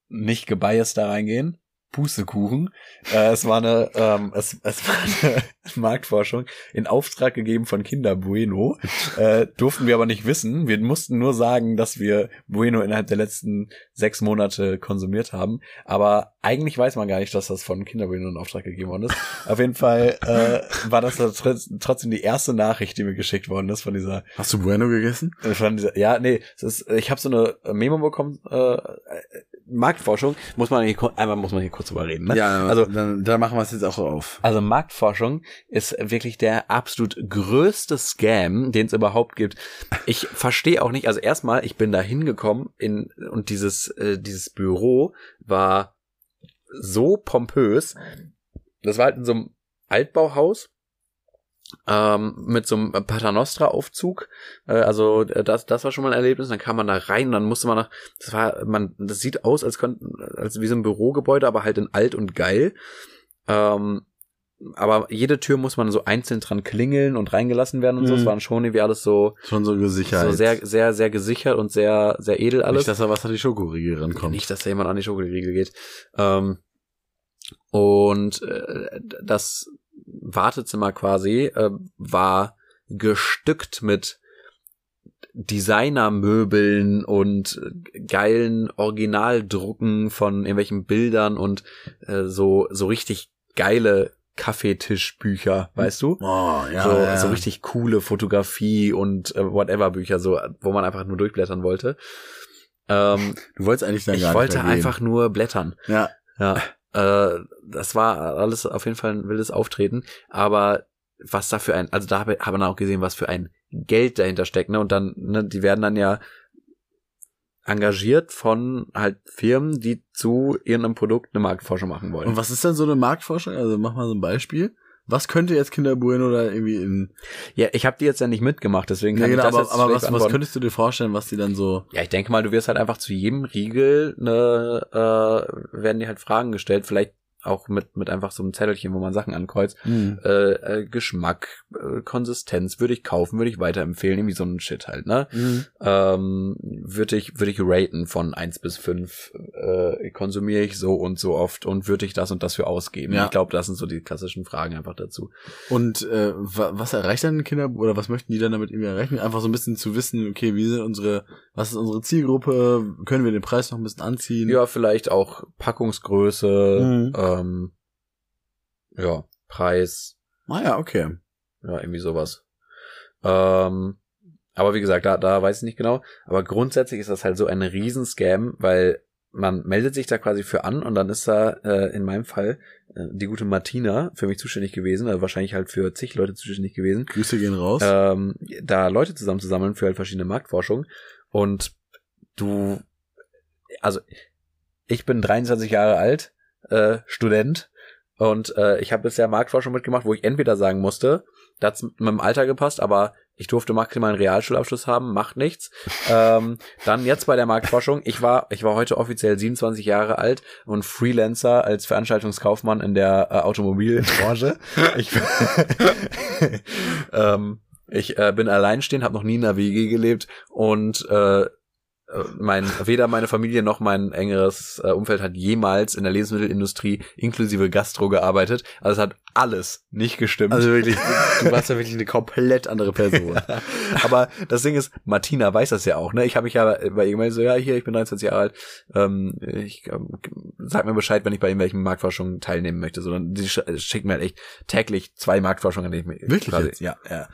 Speaker 2: nicht gebiased da reingehen. Pustekuchen. Äh, es war eine, ähm, es, es war eine Marktforschung in Auftrag gegeben von Kinder Bueno. Äh, durften wir aber nicht wissen. Wir mussten nur sagen, dass wir Bueno innerhalb der letzten sechs Monate konsumiert haben. Aber eigentlich weiß man gar nicht, dass das von Kinder Bueno in Auftrag gegeben worden ist. Auf jeden Fall äh, war das trotz- trotzdem die erste Nachricht, die mir geschickt worden ist von dieser
Speaker 1: Hast du Bueno gegessen?
Speaker 2: äh, Von dieser, ja, nee, es ist, ich habe so eine Memo bekommen, äh, äh, Marktforschung, muss man hier, kur- einmal muss man hier kurz drüber reden, ne?
Speaker 1: Ja, also
Speaker 2: also-
Speaker 1: dann, dann machen wir es jetzt auch auf.
Speaker 2: Also Marktforschung ist wirklich der absolut größte Scam, den es überhaupt gibt. Ich verstehe auch nicht, also erstmal, ich bin da hingekommen in, und dieses, äh, dieses Büro war so pompös. Das war halt in so einem Altbauhaus ähm, mit so einem Paternostra-Aufzug. Äh, also äh, das, das war schon mal ein Erlebnis. Dann kam man da rein, dann musste man nach, das war, man, das sieht aus, als könnten, als wie so ein Bürogebäude, aber halt in alt und geil. Ähm, aber jede Tür muss man so einzeln dran klingeln und reingelassen werden und so.
Speaker 1: Mhm.
Speaker 2: Es waren schon irgendwie alles so,
Speaker 1: Schon so gesichert.
Speaker 2: so sehr, sehr, sehr gesichert und sehr, sehr edel alles.
Speaker 1: Nicht, dass da was an die Schokoriegel rankommt.
Speaker 2: Nicht, dass da jemand an die Schokoriegel geht. Ähm, und äh, das Wartezimmer quasi äh, war gestückt mit Designermöbeln und geilen Originaldrucken von irgendwelchen Bildern und äh, so so richtig geile Kaffeetischbücher, weißt du?
Speaker 1: Oh, ja,
Speaker 2: so,
Speaker 1: ja.
Speaker 2: so richtig coole Fotografie und äh, whatever Bücher, so wo man einfach nur durchblättern wollte. Ähm,
Speaker 1: Du wolltest eigentlich dann
Speaker 2: ich
Speaker 1: gar
Speaker 2: wollte
Speaker 1: nicht mehr gehen.
Speaker 2: einfach nur blättern.
Speaker 1: Ja,
Speaker 2: Ja. Äh, das war alles auf jeden Fall ein wildes Auftreten. Aber was da für ein, also da habe hab man auch gesehen, was für ein Geld dahinter steckt. Ne? Und dann, ne, die werden dann ja engagiert von halt Firmen, die zu ihrem Produkt eine Marktforschung machen wollen.
Speaker 1: Und was ist denn so eine Marktforschung? Also mach mal so ein Beispiel. Was könnte jetzt Kinder Bueno da irgendwie in...
Speaker 2: ja, ich habe die jetzt ja nicht mitgemacht, deswegen
Speaker 1: Ja,
Speaker 2: kann
Speaker 1: genau,
Speaker 2: ich
Speaker 1: aber,
Speaker 2: das jetzt
Speaker 1: aber
Speaker 2: schlecht
Speaker 1: was, was
Speaker 2: beantworten.
Speaker 1: könntest du dir vorstellen, was die dann so...
Speaker 2: Ja, ich denke mal, du wirst halt einfach zu jedem Riegel, ne, äh, werden dir halt Fragen gestellt, vielleicht auch mit, mit einfach so einem Zettelchen, wo man Sachen ankreuzt.
Speaker 1: Mhm.
Speaker 2: äh, äh, Geschmack, äh, Konsistenz, würde ich kaufen, würde ich weiterempfehlen, irgendwie so ein Shit halt, ne?
Speaker 1: Mhm.
Speaker 2: Ähm, würde ich, würde ich raten von 1 bis 5, äh, konsumiere ich so und so oft und würde ich das und das für ausgeben?
Speaker 1: Ja.
Speaker 2: Ich glaube, das sind so die klassischen Fragen einfach dazu.
Speaker 1: Und äh, wa was erreicht dann Kinder oder was möchten die dann damit irgendwie erreichen? Einfach so ein bisschen zu wissen, okay, wie sind unsere, was ist unsere Zielgruppe? Können wir den Preis noch ein bisschen anziehen?
Speaker 2: Ja, vielleicht auch Packungsgröße,
Speaker 1: Mhm.
Speaker 2: ähm, ja, Preis,
Speaker 1: Ah ja, okay.
Speaker 2: Ja, irgendwie sowas. Ähm, aber wie gesagt, da, da weiß ich nicht genau. Aber grundsätzlich ist das halt so ein Riesenscam, weil man meldet sich da quasi für an und dann ist da äh, in meinem Fall äh, die gute Martina für mich zuständig gewesen, also wahrscheinlich halt für zig Leute zuständig gewesen,
Speaker 1: Grüße gehen raus.
Speaker 2: ähm, da Leute zusammenzusammeln für halt verschiedene Marktforschung. Und du, also ich bin 23 Jahre alt, äh, Student, und äh, ich habe bisher Marktforschung mitgemacht, wo ich entweder sagen musste, das hat's mit meinem Alter gepasst, aber ich durfte maximal einen Realschulabschluss haben, macht nichts. ähm, dann jetzt bei der Marktforschung, ich war, ich war heute offiziell 27 Jahre alt und Freelancer als Veranstaltungskaufmann in der äh, Automobilbranche. ich ähm, ich äh, bin alleinstehend, habe noch nie in einer WG gelebt und äh, äh, mein, weder meine Familie noch mein engeres äh, Umfeld hat jemals in der Lebensmittelindustrie inklusive Gastro gearbeitet. Also es hat alles nicht gestimmt.
Speaker 1: also wirklich, du warst ja wirklich eine komplett andere Person.
Speaker 2: Aber das Ding ist, Martina weiß das ja auch, ne? Ich habe mich ja bei ihr gemeldet, so, ja, hier, ich bin 23 Jahre alt, ähm, ich ähm, sag mir Bescheid, wenn ich bei irgendwelchen Marktforschungen teilnehmen möchte, sondern die sch- schickt mir halt echt täglich zwei Marktforschungen, an denen ich mich
Speaker 1: Wirklich
Speaker 2: quasi-
Speaker 1: jetzt?
Speaker 2: Ja, ja.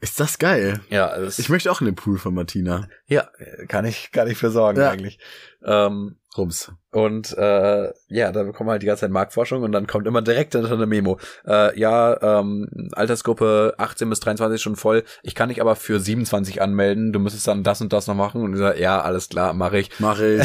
Speaker 1: ist das geil?
Speaker 2: Ja, also es-
Speaker 1: Ich möchte auch in den Pool von Martina.
Speaker 2: ja, Äh, kann ich, kann ich für sorgen
Speaker 1: Ja.
Speaker 2: eigentlich. Ähm,
Speaker 1: Rums.
Speaker 2: und äh, ja, da bekommen wir halt die ganze Zeit Marktforschung und dann kommt immer direkt hinter eine Memo. Äh, ja, ähm, Altersgruppe 18 bis 23 schon voll. Ich kann dich aber für 27 anmelden. Du müsstest dann das und das noch machen. Und ich sage, ja, alles klar, mache ich.
Speaker 1: Mach ich.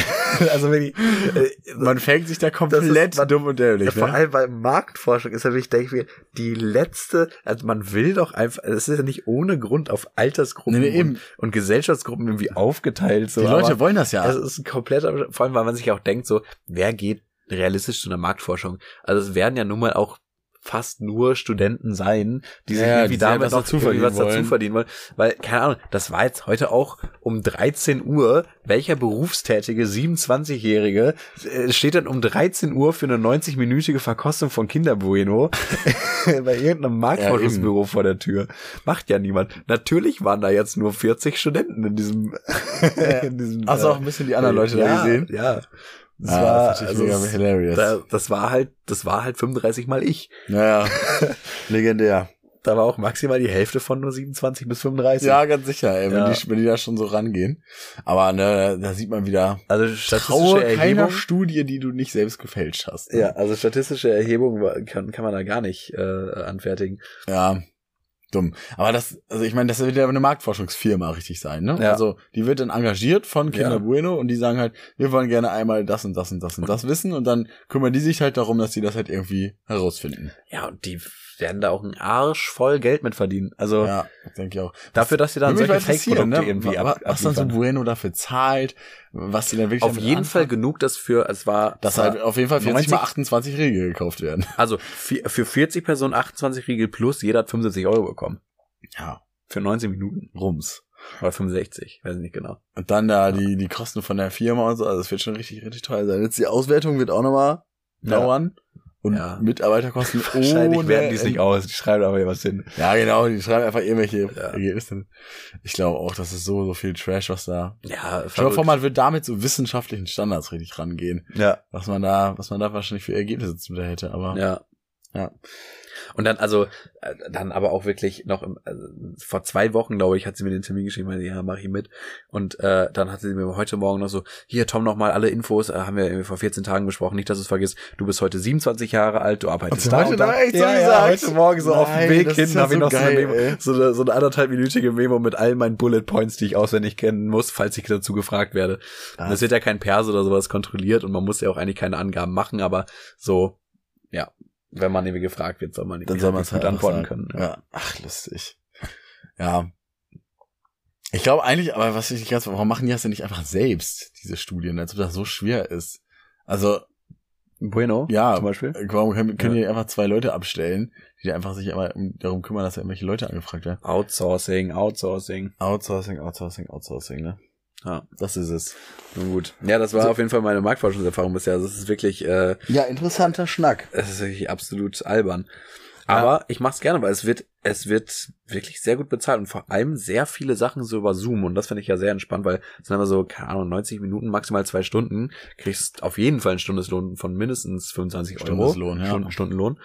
Speaker 2: also wenn ich, äh,
Speaker 1: Man fängt sich da komplett dumm und dämlich.
Speaker 2: Vor
Speaker 1: Ne?
Speaker 2: allem bei Marktforschung ist natürlich, denke ich mir, die letzte, also man will doch einfach, es ist ja nicht ohne Grund auf Altersgruppen
Speaker 1: Nee, nee, eben.
Speaker 2: Und, und Gesellschaftsgruppen irgendwie aufgeteilt. So,
Speaker 1: Die
Speaker 2: aber-
Speaker 1: Leute wollen das ja.
Speaker 2: es ist ein kompletter, vor allem, weil man sich auch denkt, so, wer geht realistisch zu einer Marktforschung. Also es werden ja nun mal auch fast nur Studenten sein, die sich
Speaker 1: Ja,
Speaker 2: irgendwie
Speaker 1: die sich
Speaker 2: damit
Speaker 1: etwas
Speaker 2: noch
Speaker 1: dazu
Speaker 2: irgendwie was
Speaker 1: verdienen
Speaker 2: dazu
Speaker 1: wollen.
Speaker 2: verdienen wollen. Weil, keine Ahnung, das war jetzt heute auch um 13 Uhr. Welcher berufstätige 27-Jährige äh, steht dann um 13 Uhr für eine 90-minütige Verkostung von Kinderbueno bei irgendeinem Marktforschungsbüro vor der Tür? Macht ja niemand. Natürlich waren da jetzt nur 40 Studenten in diesem, in
Speaker 1: Hast du
Speaker 2: diesem äh,
Speaker 1: Also auch ein bisschen die anderen Leute
Speaker 2: ja,
Speaker 1: da gesehen?
Speaker 2: Ja. Das
Speaker 1: Ah,
Speaker 2: war,
Speaker 1: das ist natürlich
Speaker 2: also,
Speaker 1: mega hilarious.
Speaker 2: da, das war halt, das war halt 35 mal ich.
Speaker 1: Naja, legendär.
Speaker 2: Da war auch maximal die Hälfte von nur 27 bis 35.
Speaker 1: Ja, ganz sicher, ey, wenn,
Speaker 2: Ja.
Speaker 1: Die, wenn die da schon so rangehen. Aber ne, da sieht man wieder,
Speaker 2: also
Speaker 1: traue
Speaker 2: statistische
Speaker 1: keiner
Speaker 2: Erhebung.
Speaker 1: Studie, die du nicht selbst gefälscht hast. ne?
Speaker 2: Ja, also statistische Erhebung war- kann, kann man da gar nicht äh, anfertigen.
Speaker 1: Ja, dumm. Aber das, also ich meine, das wird ja eine Marktforschungsfirma richtig sein, ne?
Speaker 2: Ja.
Speaker 1: Also die wird dann engagiert von Kinder
Speaker 2: Ja.
Speaker 1: Bueno und die sagen halt, wir wollen gerne einmal das und das und das und das wissen und dann kümmern die sich halt darum, dass die das halt irgendwie herausfinden.
Speaker 2: Ja, und die werden da auch einen Arsch voll Geld mit verdienen. Also
Speaker 1: Ja, denke ich auch.
Speaker 2: dafür, dass sie dann
Speaker 1: Würde mich
Speaker 2: solche
Speaker 1: mal interessieren,
Speaker 2: Fake-Produkte irgendwie
Speaker 1: wa- wa-
Speaker 2: ab,
Speaker 1: Was dann so
Speaker 2: abliefern.
Speaker 1: Bueno dafür zahlt, was die dann wirklich
Speaker 2: Auf
Speaker 1: damit
Speaker 2: jeden Fall
Speaker 1: anfangen.
Speaker 2: genug, dass für, es war,
Speaker 1: Dass halt auf jeden Fall 40 mal
Speaker 2: 90
Speaker 1: 28 Riegel gekauft werden.
Speaker 2: also vier- für 40 Personen 28 Riegel plus, jeder hat 75 Euro bekommen.
Speaker 1: Ja,
Speaker 2: Für 90 Minuten.
Speaker 1: Rums.
Speaker 2: Oder 65, weiß nicht genau.
Speaker 1: Und dann da die, die Kosten von der Firma und so, also es wird schon richtig, richtig teuer sein. Jetzt die Auswertung wird auch nochmal
Speaker 2: Ja.
Speaker 1: dauern. Und
Speaker 2: Ja.
Speaker 1: Mitarbeiterkosten
Speaker 2: Wahrscheinlich
Speaker 1: ohne
Speaker 2: werden die es nicht
Speaker 1: Ende.
Speaker 2: aus. Die schreiben aber was hin.
Speaker 1: Ja, genau, die schreiben einfach irgendwelche
Speaker 2: Ja.
Speaker 1: Ergebnisse. Ich glaube auch, das ist so, so viel Trash, was da.
Speaker 2: Ja,
Speaker 1: Stell dir
Speaker 2: verrückt.
Speaker 1: vor, man wird damit so wissenschaftlichen Standards richtig rangehen,
Speaker 2: ja.
Speaker 1: was man da, was man da wahrscheinlich für Ergebnisse zu da hätte, aber.
Speaker 2: Ja.
Speaker 1: Ja.
Speaker 2: Und dann, also, äh, dann aber auch wirklich noch im, also, vor zwei Wochen, glaube ich, hat sie mir den Termin geschrieben, meinte, ja, mach ich mit. Und äh, dann hatte sie mir heute Morgen noch so, hier, Tom, nochmal alle Infos, äh, haben wir irgendwie vor 14 Tagen besprochen, nicht, dass du es vergisst, du bist heute 27 Jahre alt, du arbeitest
Speaker 1: Und
Speaker 2: da
Speaker 1: heute
Speaker 2: und da.
Speaker 1: noch echt so
Speaker 2: ja, ja,
Speaker 1: gesagt?
Speaker 2: heute Morgen so auf
Speaker 1: Nein,
Speaker 2: dem Weg
Speaker 1: das ist
Speaker 2: hin,
Speaker 1: ja
Speaker 2: habe
Speaker 1: so
Speaker 2: ich noch so, eine
Speaker 1: geil,
Speaker 2: Memo,
Speaker 1: ey.
Speaker 2: so, eine, so eine anderthalbminütige Memo mit all meinen Bullet Points, die ich auswendig kennen muss, falls ich dazu gefragt werde.
Speaker 1: Ah.
Speaker 2: Und Es wird ja kein Perso oder sowas kontrolliert und man muss ja auch eigentlich keine Angaben machen, aber so, ja, wenn man irgendwie gefragt wird, soll man
Speaker 1: dann
Speaker 2: irgendwie
Speaker 1: soll man es halt
Speaker 2: gut
Speaker 1: auch
Speaker 2: antworten
Speaker 1: sagen.
Speaker 2: können. Ja.
Speaker 1: Ja. Ach, lustig. Ja. Ich glaube eigentlich, aber was ich nicht ganz, warum machen die das denn nicht einfach selbst, diese Studien, als ob das so schwer ist? Also,
Speaker 2: Bueno,
Speaker 1: Ja.
Speaker 2: zum Beispiel.
Speaker 1: äh, warum können, können
Speaker 2: Ja.
Speaker 1: die einfach zwei Leute abstellen, die da einfach sich immer um- darum kümmern, dass da irgendwelche Leute angefragt werden?
Speaker 2: Outsourcing, Outsourcing.
Speaker 1: Outsourcing, Outsourcing, Outsourcing, ne?
Speaker 2: Ja.
Speaker 1: Das ist es.
Speaker 2: Nun gut. Ja, das war
Speaker 1: So-
Speaker 2: auf jeden Fall meine Marktforschungserfahrung bisher. Also es ist wirklich, äh,
Speaker 1: Ja, interessanter Schnack.
Speaker 2: es ist wirklich absolut albern. Aber ich mach's gerne, weil es wird, es wird wirklich sehr gut bezahlt und vor allem sehr viele Sachen so über Zoom und das finde ich ja sehr entspannt, weil es sind immer so, keine Ahnung, 90 Minuten, maximal zwei Stunden, kriegst auf jeden Fall einen Stundenlohn von mindestens 25 Euro.
Speaker 1: Stundenlohn, ja.
Speaker 2: Stunden, Stundenlohn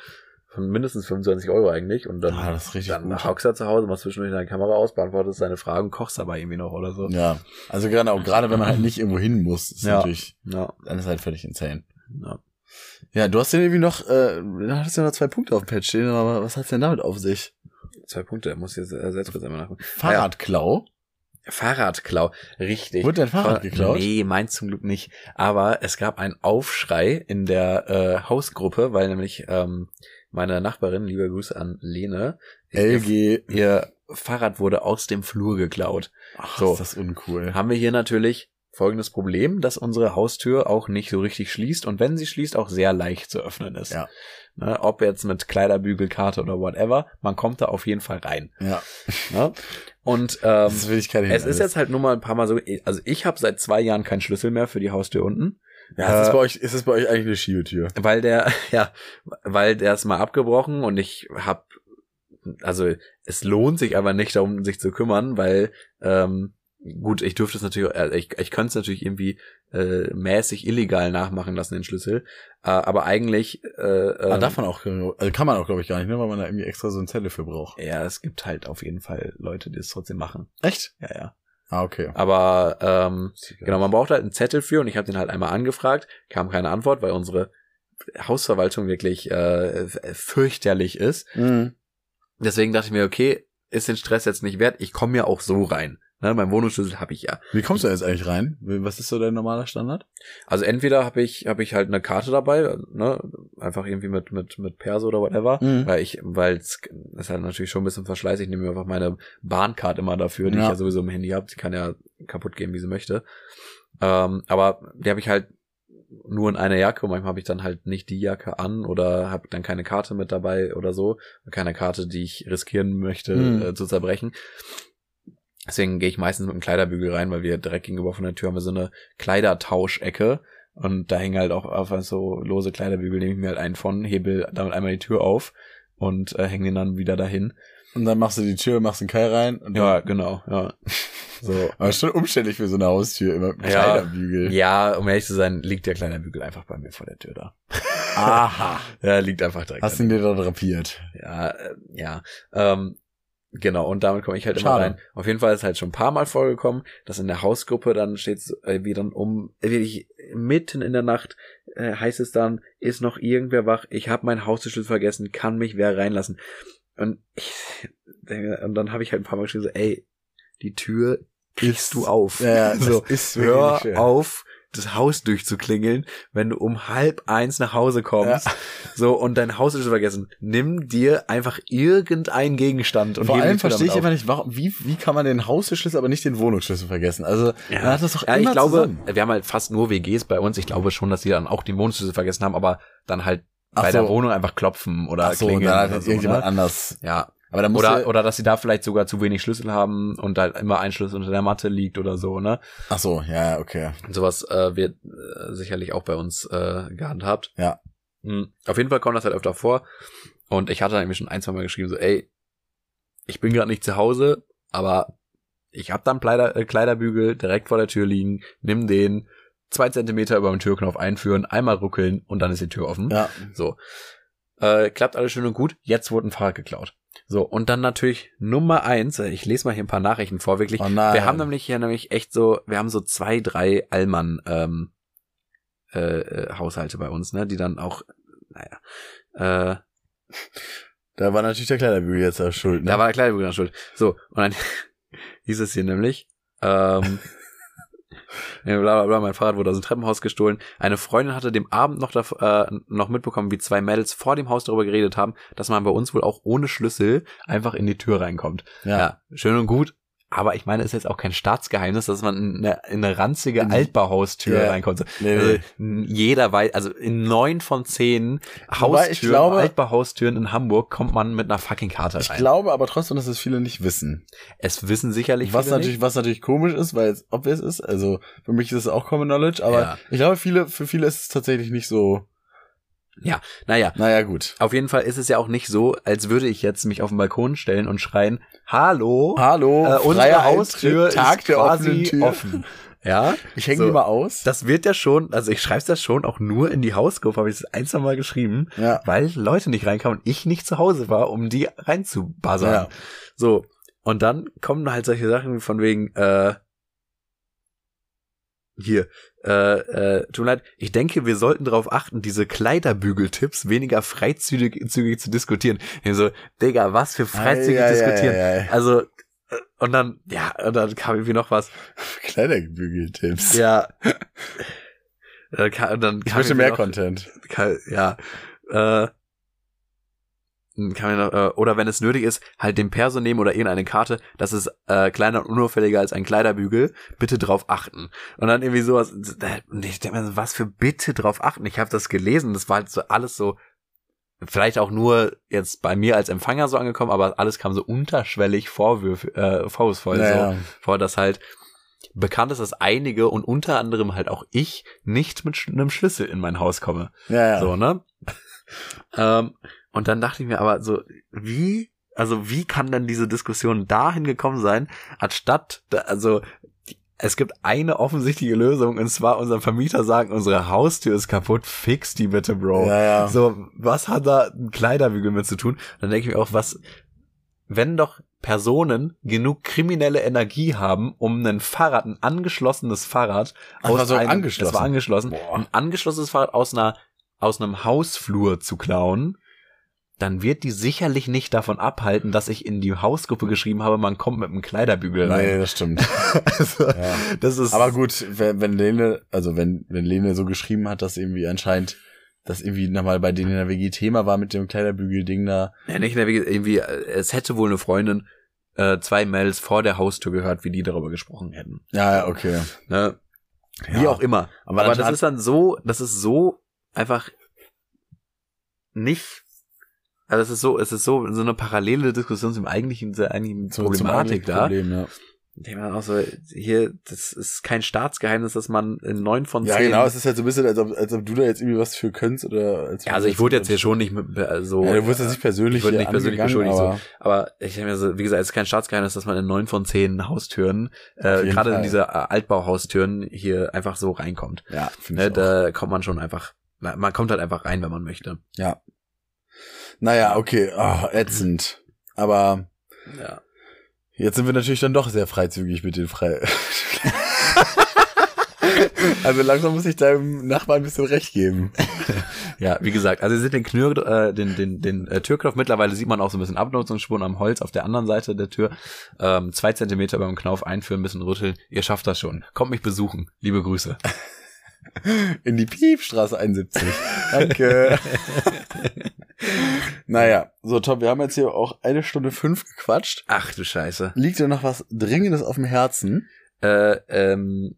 Speaker 2: von mindestens 25 Euro eigentlich und dann,
Speaker 1: Ah, das ist richtig
Speaker 2: dann
Speaker 1: gut.
Speaker 2: hockst du zu Hause, machst zwischendurch deine Kamera aus, beantwortest deine Fragen, kochst dabei irgendwie noch oder so.
Speaker 1: Ja. Also gerade auch, gerade wenn man halt nicht irgendwo hin muss, ist
Speaker 2: Ja.
Speaker 1: natürlich,
Speaker 2: Ja,
Speaker 1: dann ist halt völlig insane.
Speaker 2: ja.
Speaker 1: Ja, du hast denn irgendwie noch, äh, da hattest du noch zwei Punkte auf dem Patch stehen, aber was hat's denn damit auf sich?
Speaker 2: Zwei Punkte, muss ich jetzt äh, selbst kurz einmal nachgucken.
Speaker 1: Fahrradklau?
Speaker 2: Fahrradklau, richtig.
Speaker 1: Wurde dein Fahrrad
Speaker 2: Fahr-
Speaker 1: geklaut?
Speaker 2: Nee, meins zum Glück nicht. Aber es gab einen Aufschrei in der äh, Hausgruppe, weil nämlich ähm, meine Nachbarin, liebe Grüße an Lene,
Speaker 1: LG.
Speaker 2: ihr Fahrrad wurde aus dem Flur geklaut.
Speaker 1: Ach,
Speaker 2: So.
Speaker 1: ist das uncool.
Speaker 2: Haben wir hier natürlich folgendes Problem, dass unsere Haustür auch nicht so richtig schließt und wenn sie schließt, auch sehr leicht zu öffnen ist.
Speaker 1: Ja.
Speaker 2: Ne, ob jetzt mit Kleiderbügelkarte oder whatever, man kommt da auf jeden Fall rein.
Speaker 1: Ja.
Speaker 2: Ne? Und ähm,
Speaker 1: das will ich keine
Speaker 2: es ist jetzt halt nur mal ein paar Mal so, also ich habe seit zwei Jahren keinen Schlüssel mehr für die Haustür unten,
Speaker 1: Ja, ist,
Speaker 2: äh,
Speaker 1: das bei euch, ist das bei euch eigentlich eine Schiebetür?
Speaker 2: weil der, ja, weil der ist mal abgebrochen und ich hab, also es lohnt sich aber nicht darum, sich zu kümmern, weil, ähm, gut, ich dürfte es natürlich, äh, ich, ich könnte es natürlich irgendwie äh, mäßig illegal nachmachen lassen, den Schlüssel, äh, aber eigentlich, äh,
Speaker 1: ah,
Speaker 2: ähm,
Speaker 1: darf man auch, also kann man auch, glaube ich, gar nicht, ne, weil man da irgendwie extra so einen Zettel für braucht.
Speaker 2: ja, es gibt halt auf jeden Fall Leute, die es trotzdem machen.
Speaker 1: Echt?
Speaker 2: Ja, ja.
Speaker 1: Ah, okay.
Speaker 2: Aber ähm, Genau, man braucht halt einen Zettel für und ich habe den halt einmal angefragt, kam keine Antwort, weil unsere Hausverwaltung wirklich äh, fürchterlich ist.
Speaker 1: Mhm.
Speaker 2: Deswegen dachte ich mir, okay, ist den Stress jetzt nicht wert, ich komme ja auch so rein. Ne, mein Wohnungsschlüssel habe ich ja.
Speaker 1: Wie kommst du da jetzt eigentlich rein? Was ist so dein normaler Standard?
Speaker 2: Also entweder habe ich habe ich halt eine Karte dabei, ne, einfach irgendwie mit mit mit Perso oder whatever,
Speaker 1: Mhm.
Speaker 2: weil ich weil es ist halt natürlich schon ein bisschen verschleiß, ich nehme mir einfach meine Bahncard immer dafür, die
Speaker 1: Ja.
Speaker 2: ich ja sowieso im Handy habe, die kann ja kaputt gehen, wie sie möchte. Ähm, aber die habe ich halt nur in einer Jacke. Und manchmal habe ich dann halt nicht die Jacke an oder habe dann keine Karte mit dabei oder so. Keine Karte, die ich riskieren möchte
Speaker 1: Mhm.
Speaker 2: äh, zu zerbrechen. Deswegen gehe ich meistens mit einem Kleiderbügel rein, weil wir direkt gegenüber von der Tür haben wir so eine Kleidertauschecke. Und da hängen halt auch einfach so lose Kleiderbügel, nehme ich mir halt einen von, hebel damit einmal die Tür auf und äh, hänge den dann wieder dahin.
Speaker 1: Und dann machst du die Tür, machst einen Keil rein. Und
Speaker 2: Ja, genau, ja. So.
Speaker 1: Aber ist schon umständlich für so eine Haustür, immer mit einem
Speaker 2: Ja.
Speaker 1: Kleiderbügel.
Speaker 2: Ja, um ehrlich zu sein, liegt der Kleiderbügel einfach bei mir vor der Tür da.
Speaker 1: Aha.
Speaker 2: Ja, liegt einfach direkt.
Speaker 1: Hast
Speaker 2: da.
Speaker 1: du ihn dir da drapiert?
Speaker 2: Ja, äh, ja. Ähm, genau, und damit komme ich halt
Speaker 1: Schade.
Speaker 2: immer rein. Auf jeden Fall ist halt schon ein paar Mal vorgekommen, dass in der Hausgruppe dann steht's äh, wie dann um, äh, wirklich mitten in der Nacht äh, heißt es dann, ist noch irgendwer wach, ich habe meinen Haustürschlüssel vergessen, kann mich wer reinlassen. Und ich denke, und dann habe ich halt ein paar Mal geschrieben, so, ey, die Tür kriegst
Speaker 1: Ist-
Speaker 2: du auf.
Speaker 1: das
Speaker 2: so,
Speaker 1: ist wirklich
Speaker 2: hör
Speaker 1: nicht schön.
Speaker 2: auf, das Haus durchzuklingeln, wenn du um halb eins nach Hause kommst. So, und dein Haus ist vergessen. Nimm dir einfach irgendeinen Gegenstand und
Speaker 1: Vor
Speaker 2: heb die
Speaker 1: allem
Speaker 2: Tür
Speaker 1: verstehe ich
Speaker 2: damit
Speaker 1: immer
Speaker 2: auf.
Speaker 1: nicht, warum, wie, wie kann man den Hausschlüssel, aber nicht den Wohnungsschlüssel vergessen? Also,
Speaker 2: Ja.
Speaker 1: man hat das doch
Speaker 2: Ja,
Speaker 1: immer
Speaker 2: ich glaube,
Speaker 1: zusammen.
Speaker 2: wir haben halt fast nur WGs bei uns. Ich glaube schon, dass die dann auch die Wohnungsschlüssel vergessen haben, aber dann halt
Speaker 1: Ach
Speaker 2: bei der
Speaker 1: so.
Speaker 2: Wohnung einfach klopfen oder
Speaker 1: Ach so,
Speaker 2: klingeln.
Speaker 1: da hat
Speaker 2: oder so,
Speaker 1: irgendjemand
Speaker 2: ne?
Speaker 1: anders.
Speaker 2: Ja,
Speaker 1: Aber da muss
Speaker 2: oder,
Speaker 1: ja-
Speaker 2: oder dass sie da vielleicht sogar zu wenig Schlüssel haben und halt immer ein Schlüssel unter der Matte liegt oder so, ne?
Speaker 1: Ach so, ja, okay.
Speaker 2: Und sowas äh, wird äh, sicherlich auch bei uns äh, gehandhabt.
Speaker 1: Ja.
Speaker 2: Mhm. Auf jeden Fall kommt das halt öfter vor. Und ich hatte dann irgendwie schon ein, zwei Mal geschrieben, so, ey, ich bin gerade nicht zu Hause, aber ich habe dann Kleider, äh, Kleiderbügel direkt vor der Tür liegen, nimm den, zwei Zentimeter über dem Türknopf einführen, einmal ruckeln und dann ist die Tür offen.
Speaker 1: Ja.
Speaker 2: So. Äh, klappt alles schön und gut. Jetzt wurde ein Fahrrad geklaut. So, und dann natürlich Nummer eins, äh, ich lese mal hier ein paar Nachrichten vor, wirklich.
Speaker 1: Oh nein.
Speaker 2: Wir haben nämlich hier nämlich echt so, wir haben so zwei, drei Allmann ähm, äh, äh, Haushalte bei uns, ne, die dann auch, naja, äh,
Speaker 1: da war natürlich der Kleiderbügel jetzt da schuld, ne?
Speaker 2: da war der Kleiderbügel dann schuld. So, und dann hieß es hier nämlich, ähm, ja, bla, bla, bla, mein Fahrrad wurde aus dem Treppenhaus gestohlen. Eine Freundin hatte dem Abend noch, dav- äh, noch mitbekommen, wie zwei Mädels vor dem Haus darüber geredet haben, dass man bei uns wohl auch ohne Schlüssel einfach in die Tür reinkommt. Ja,
Speaker 1: ja.
Speaker 2: schön und gut. Aber ich meine, es ist jetzt auch kein Staatsgeheimnis, dass man in eine, in eine ranzige
Speaker 1: In-
Speaker 2: Altbauhaustür
Speaker 1: Ja.
Speaker 2: reinkommt. So,
Speaker 1: Nee,
Speaker 2: also,
Speaker 1: nee.
Speaker 2: n- jeder weiß, also in neun von zehn
Speaker 1: Wobei, ich
Speaker 2: Haustüren,
Speaker 1: glaube-
Speaker 2: Altbauhaustüren in Hamburg kommt man mit einer fucking Karte
Speaker 1: Ich
Speaker 2: rein.
Speaker 1: glaube aber trotzdem, dass es viele nicht wissen.
Speaker 2: es wissen sicherlich
Speaker 1: was
Speaker 2: viele
Speaker 1: natürlich, was natürlich komisch ist, weil es obvious ist. Also für mich ist es auch Common Knowledge, aber
Speaker 2: Ja.
Speaker 1: ich glaube, viele, für viele ist es tatsächlich nicht so.
Speaker 2: nicht. Naja,
Speaker 1: Naja, gut.
Speaker 2: auf jeden Fall ist es ja auch nicht so, als würde ich jetzt mich auf den Balkon stellen und schreien, Hallo,
Speaker 1: Hallo,
Speaker 2: äh, unsere
Speaker 1: freier
Speaker 2: Haustür
Speaker 1: Eintritt, Tag
Speaker 2: ist
Speaker 1: der offenen
Speaker 2: quasi
Speaker 1: Tür.
Speaker 2: offen. Ja,
Speaker 1: Ich hänge
Speaker 2: So.
Speaker 1: die mal aus.
Speaker 2: das wird ja schon, also ich schreibe das schon auch nur in die Hausgruppe, habe ich das ein, zwei Mal geschrieben.
Speaker 1: ja.
Speaker 2: weil Leute nicht reinkamen und ich nicht zu Hause war, um die reinzubuzzern.
Speaker 1: Ja.
Speaker 2: So. Und dann kommen halt solche Sachen von wegen, äh, hier, äh, äh, tut mir leid, ich denke, wir sollten darauf achten, diese Kleiderbügeltipps weniger freizügig zügig zu diskutieren. Ich so, Digga, was für freizügig
Speaker 1: Ei, ei,
Speaker 2: diskutieren.
Speaker 1: ei, ei.
Speaker 2: Also, äh, und dann, ja, und dann kam irgendwie noch was.
Speaker 1: Kleiderbügel-Tipps.
Speaker 2: Ja. Dann kam, und dann
Speaker 1: Ich
Speaker 2: kam
Speaker 1: möchte
Speaker 2: irgendwie
Speaker 1: mehr
Speaker 2: noch-
Speaker 1: Content.
Speaker 2: Kal- ja. Äh, kann man, äh, oder wenn es nötig ist, halt den Perso nehmen oder irgendeine Karte. Das ist äh, kleiner und unauffälliger als ein Kleiderbügel. Bitte drauf achten. Und dann irgendwie sowas. Und ich denke mir so, was für bitte drauf achten? Ich habe das gelesen. Das war halt so alles so. Vielleicht auch nur jetzt bei mir als Empfänger so angekommen, aber alles kam so unterschwellig vorwürf, äh, vorwurfsvoll. So
Speaker 1: Naja.
Speaker 2: vor, dass halt bekannt ist, dass einige und unter anderem halt auch ich nicht mit sch- einem Schlüssel in mein Haus komme.
Speaker 1: Ja, ja.
Speaker 2: So, ne? ähm, und dann dachte ich mir aber so, wie, also wie kann denn diese Diskussion dahin gekommen sein, anstatt, da- also, es gibt eine offensichtliche Lösung, und zwar unserem Vermieter sagen, unsere Haustür ist kaputt, fix die bitte, Bro.
Speaker 1: Ja, ja.
Speaker 2: So, was hat da ein Kleiderbügel mit zu tun? Dann denke ich mir auch, was, wenn doch Personen genug kriminelle Energie haben, um ein Fahrrad, ein angeschlossenes Fahrrad,
Speaker 1: Ach, war so
Speaker 2: einem,
Speaker 1: angeschlossen.
Speaker 2: Das war angeschlossen,
Speaker 1: Boah.
Speaker 2: ein angeschlossenes Fahrrad aus einer, aus einem Hausflur zu klauen, dann wird die sicherlich nicht davon abhalten, dass ich in die Hausgruppe geschrieben habe, man kommt mit einem Kleiderbügel
Speaker 1: Nee,
Speaker 2: rein.
Speaker 1: das stimmt.
Speaker 2: Also,
Speaker 1: ja.
Speaker 2: das ist,
Speaker 1: Aber gut, wenn, wenn Lene, also wenn, wenn Lene so geschrieben hat, dass irgendwie anscheinend das irgendwie nochmal bei denen in der WG Thema war mit dem Kleiderbügel-Ding da.
Speaker 2: Ja, nicht in der Wege, irgendwie, äh, es hätte wohl eine Freundin, äh, zwei Mädels vor der Haustür gehört, wie die darüber gesprochen hätten.
Speaker 1: Ja, ja, okay.
Speaker 2: Ne? Wie auch immer.
Speaker 1: Aber
Speaker 2: Aber,
Speaker 1: dann
Speaker 2: das
Speaker 1: hat-
Speaker 2: ist dann so, das ist so einfach nicht. Also es ist so, es ist so so eine parallele Diskussion zum eigentlichen, zur eigentlichen
Speaker 1: Zu- zum eigentlichen
Speaker 2: Problematik da.
Speaker 1: Problem, ja.
Speaker 2: Denkt man auch so, also, hier, das ist kein Staatsgeheimnis, dass man in neun von
Speaker 1: ja,
Speaker 2: zehn.
Speaker 1: genau, es ist halt so ein bisschen, als ob, als ob du da jetzt irgendwie was für könntest oder als
Speaker 2: ja, also ich wurde jetzt hier schon nicht mit, äh, so.
Speaker 1: Ja, du wurdest jetzt nicht persönlich,
Speaker 2: Ich wurde
Speaker 1: hier
Speaker 2: nicht persönlich
Speaker 1: angegangen,
Speaker 2: beschuldigt, so.
Speaker 1: aber-
Speaker 2: Aber ich habe mir so, wie gesagt, es ist kein Staatsgeheimnis, dass man in neun von zehn Haustüren,
Speaker 1: Auf
Speaker 2: äh,
Speaker 1: jeden
Speaker 2: gerade
Speaker 1: Fall.
Speaker 2: in diese äh, Altbauhaustüren hier einfach so reinkommt.
Speaker 1: Ja, finde ich
Speaker 2: Ne,
Speaker 1: auch.
Speaker 2: da kommt man schon einfach, na, man kommt halt einfach rein, wenn man möchte.
Speaker 1: Ja. Naja, okay, Ah, ätzend. Aber
Speaker 2: Ja.
Speaker 1: jetzt sind wir natürlich dann doch sehr freizügig mit den Frei. also langsam muss ich deinem Nachbarn ein bisschen recht geben.
Speaker 2: Ja, wie gesagt, also sie sind den Knür, äh, den, den, den äh, Türknopf, mittlerweile sieht man auch so ein bisschen Abnutzungsspuren am Holz auf der anderen Seite der Tür. Ähm, zwei Zentimeter beim Knauf einführen, ein bisschen rütteln. Ihr schafft das schon. Kommt mich besuchen. Liebe Grüße.
Speaker 1: In die Piepstraße 71. Danke. naja, so Tom, wir haben jetzt hier auch eine Stunde fünf gequatscht.
Speaker 2: Ach du Scheiße.
Speaker 1: Liegt dir noch was Dringendes auf dem Herzen?
Speaker 2: Äh, ähm,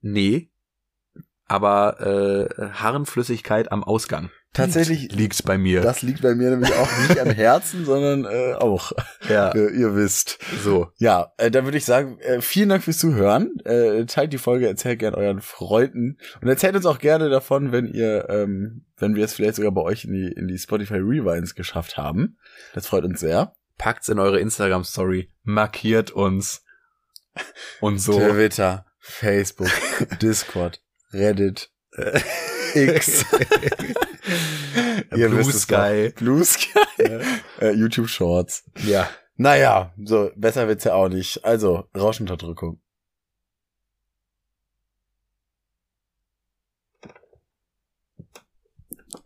Speaker 2: nee. Aber äh, Harnflüssigkeit am Ausgang
Speaker 1: Tatsächlich,
Speaker 2: liegt bei mir.
Speaker 1: das liegt bei mir nämlich auch nicht am Herzen, sondern äh, auch.
Speaker 2: ja,
Speaker 1: Äh, ihr wisst.
Speaker 2: so.
Speaker 1: Ja, äh, dann würde ich sagen, äh, vielen Dank fürs Zuhören. Äh, teilt die Folge, erzählt gerne euren Freunden und erzählt uns auch gerne davon, wenn ihr, ähm, wenn wir es vielleicht sogar bei euch in die, in die Spotify Rewinds geschafft haben. Das freut uns sehr.
Speaker 2: Packt's in eure Instagram-Story. Markiert uns. Und so.
Speaker 1: Twitter, Facebook, Discord, Reddit, X.
Speaker 2: Blue Sky.
Speaker 1: doch. Blue Äh, Sky. äh, YouTube Shorts.
Speaker 2: Ja.
Speaker 1: Naja, so, besser wird's ja auch nicht. Also, Rauschunterdrückung.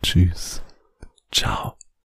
Speaker 2: Tschüss. Ciao.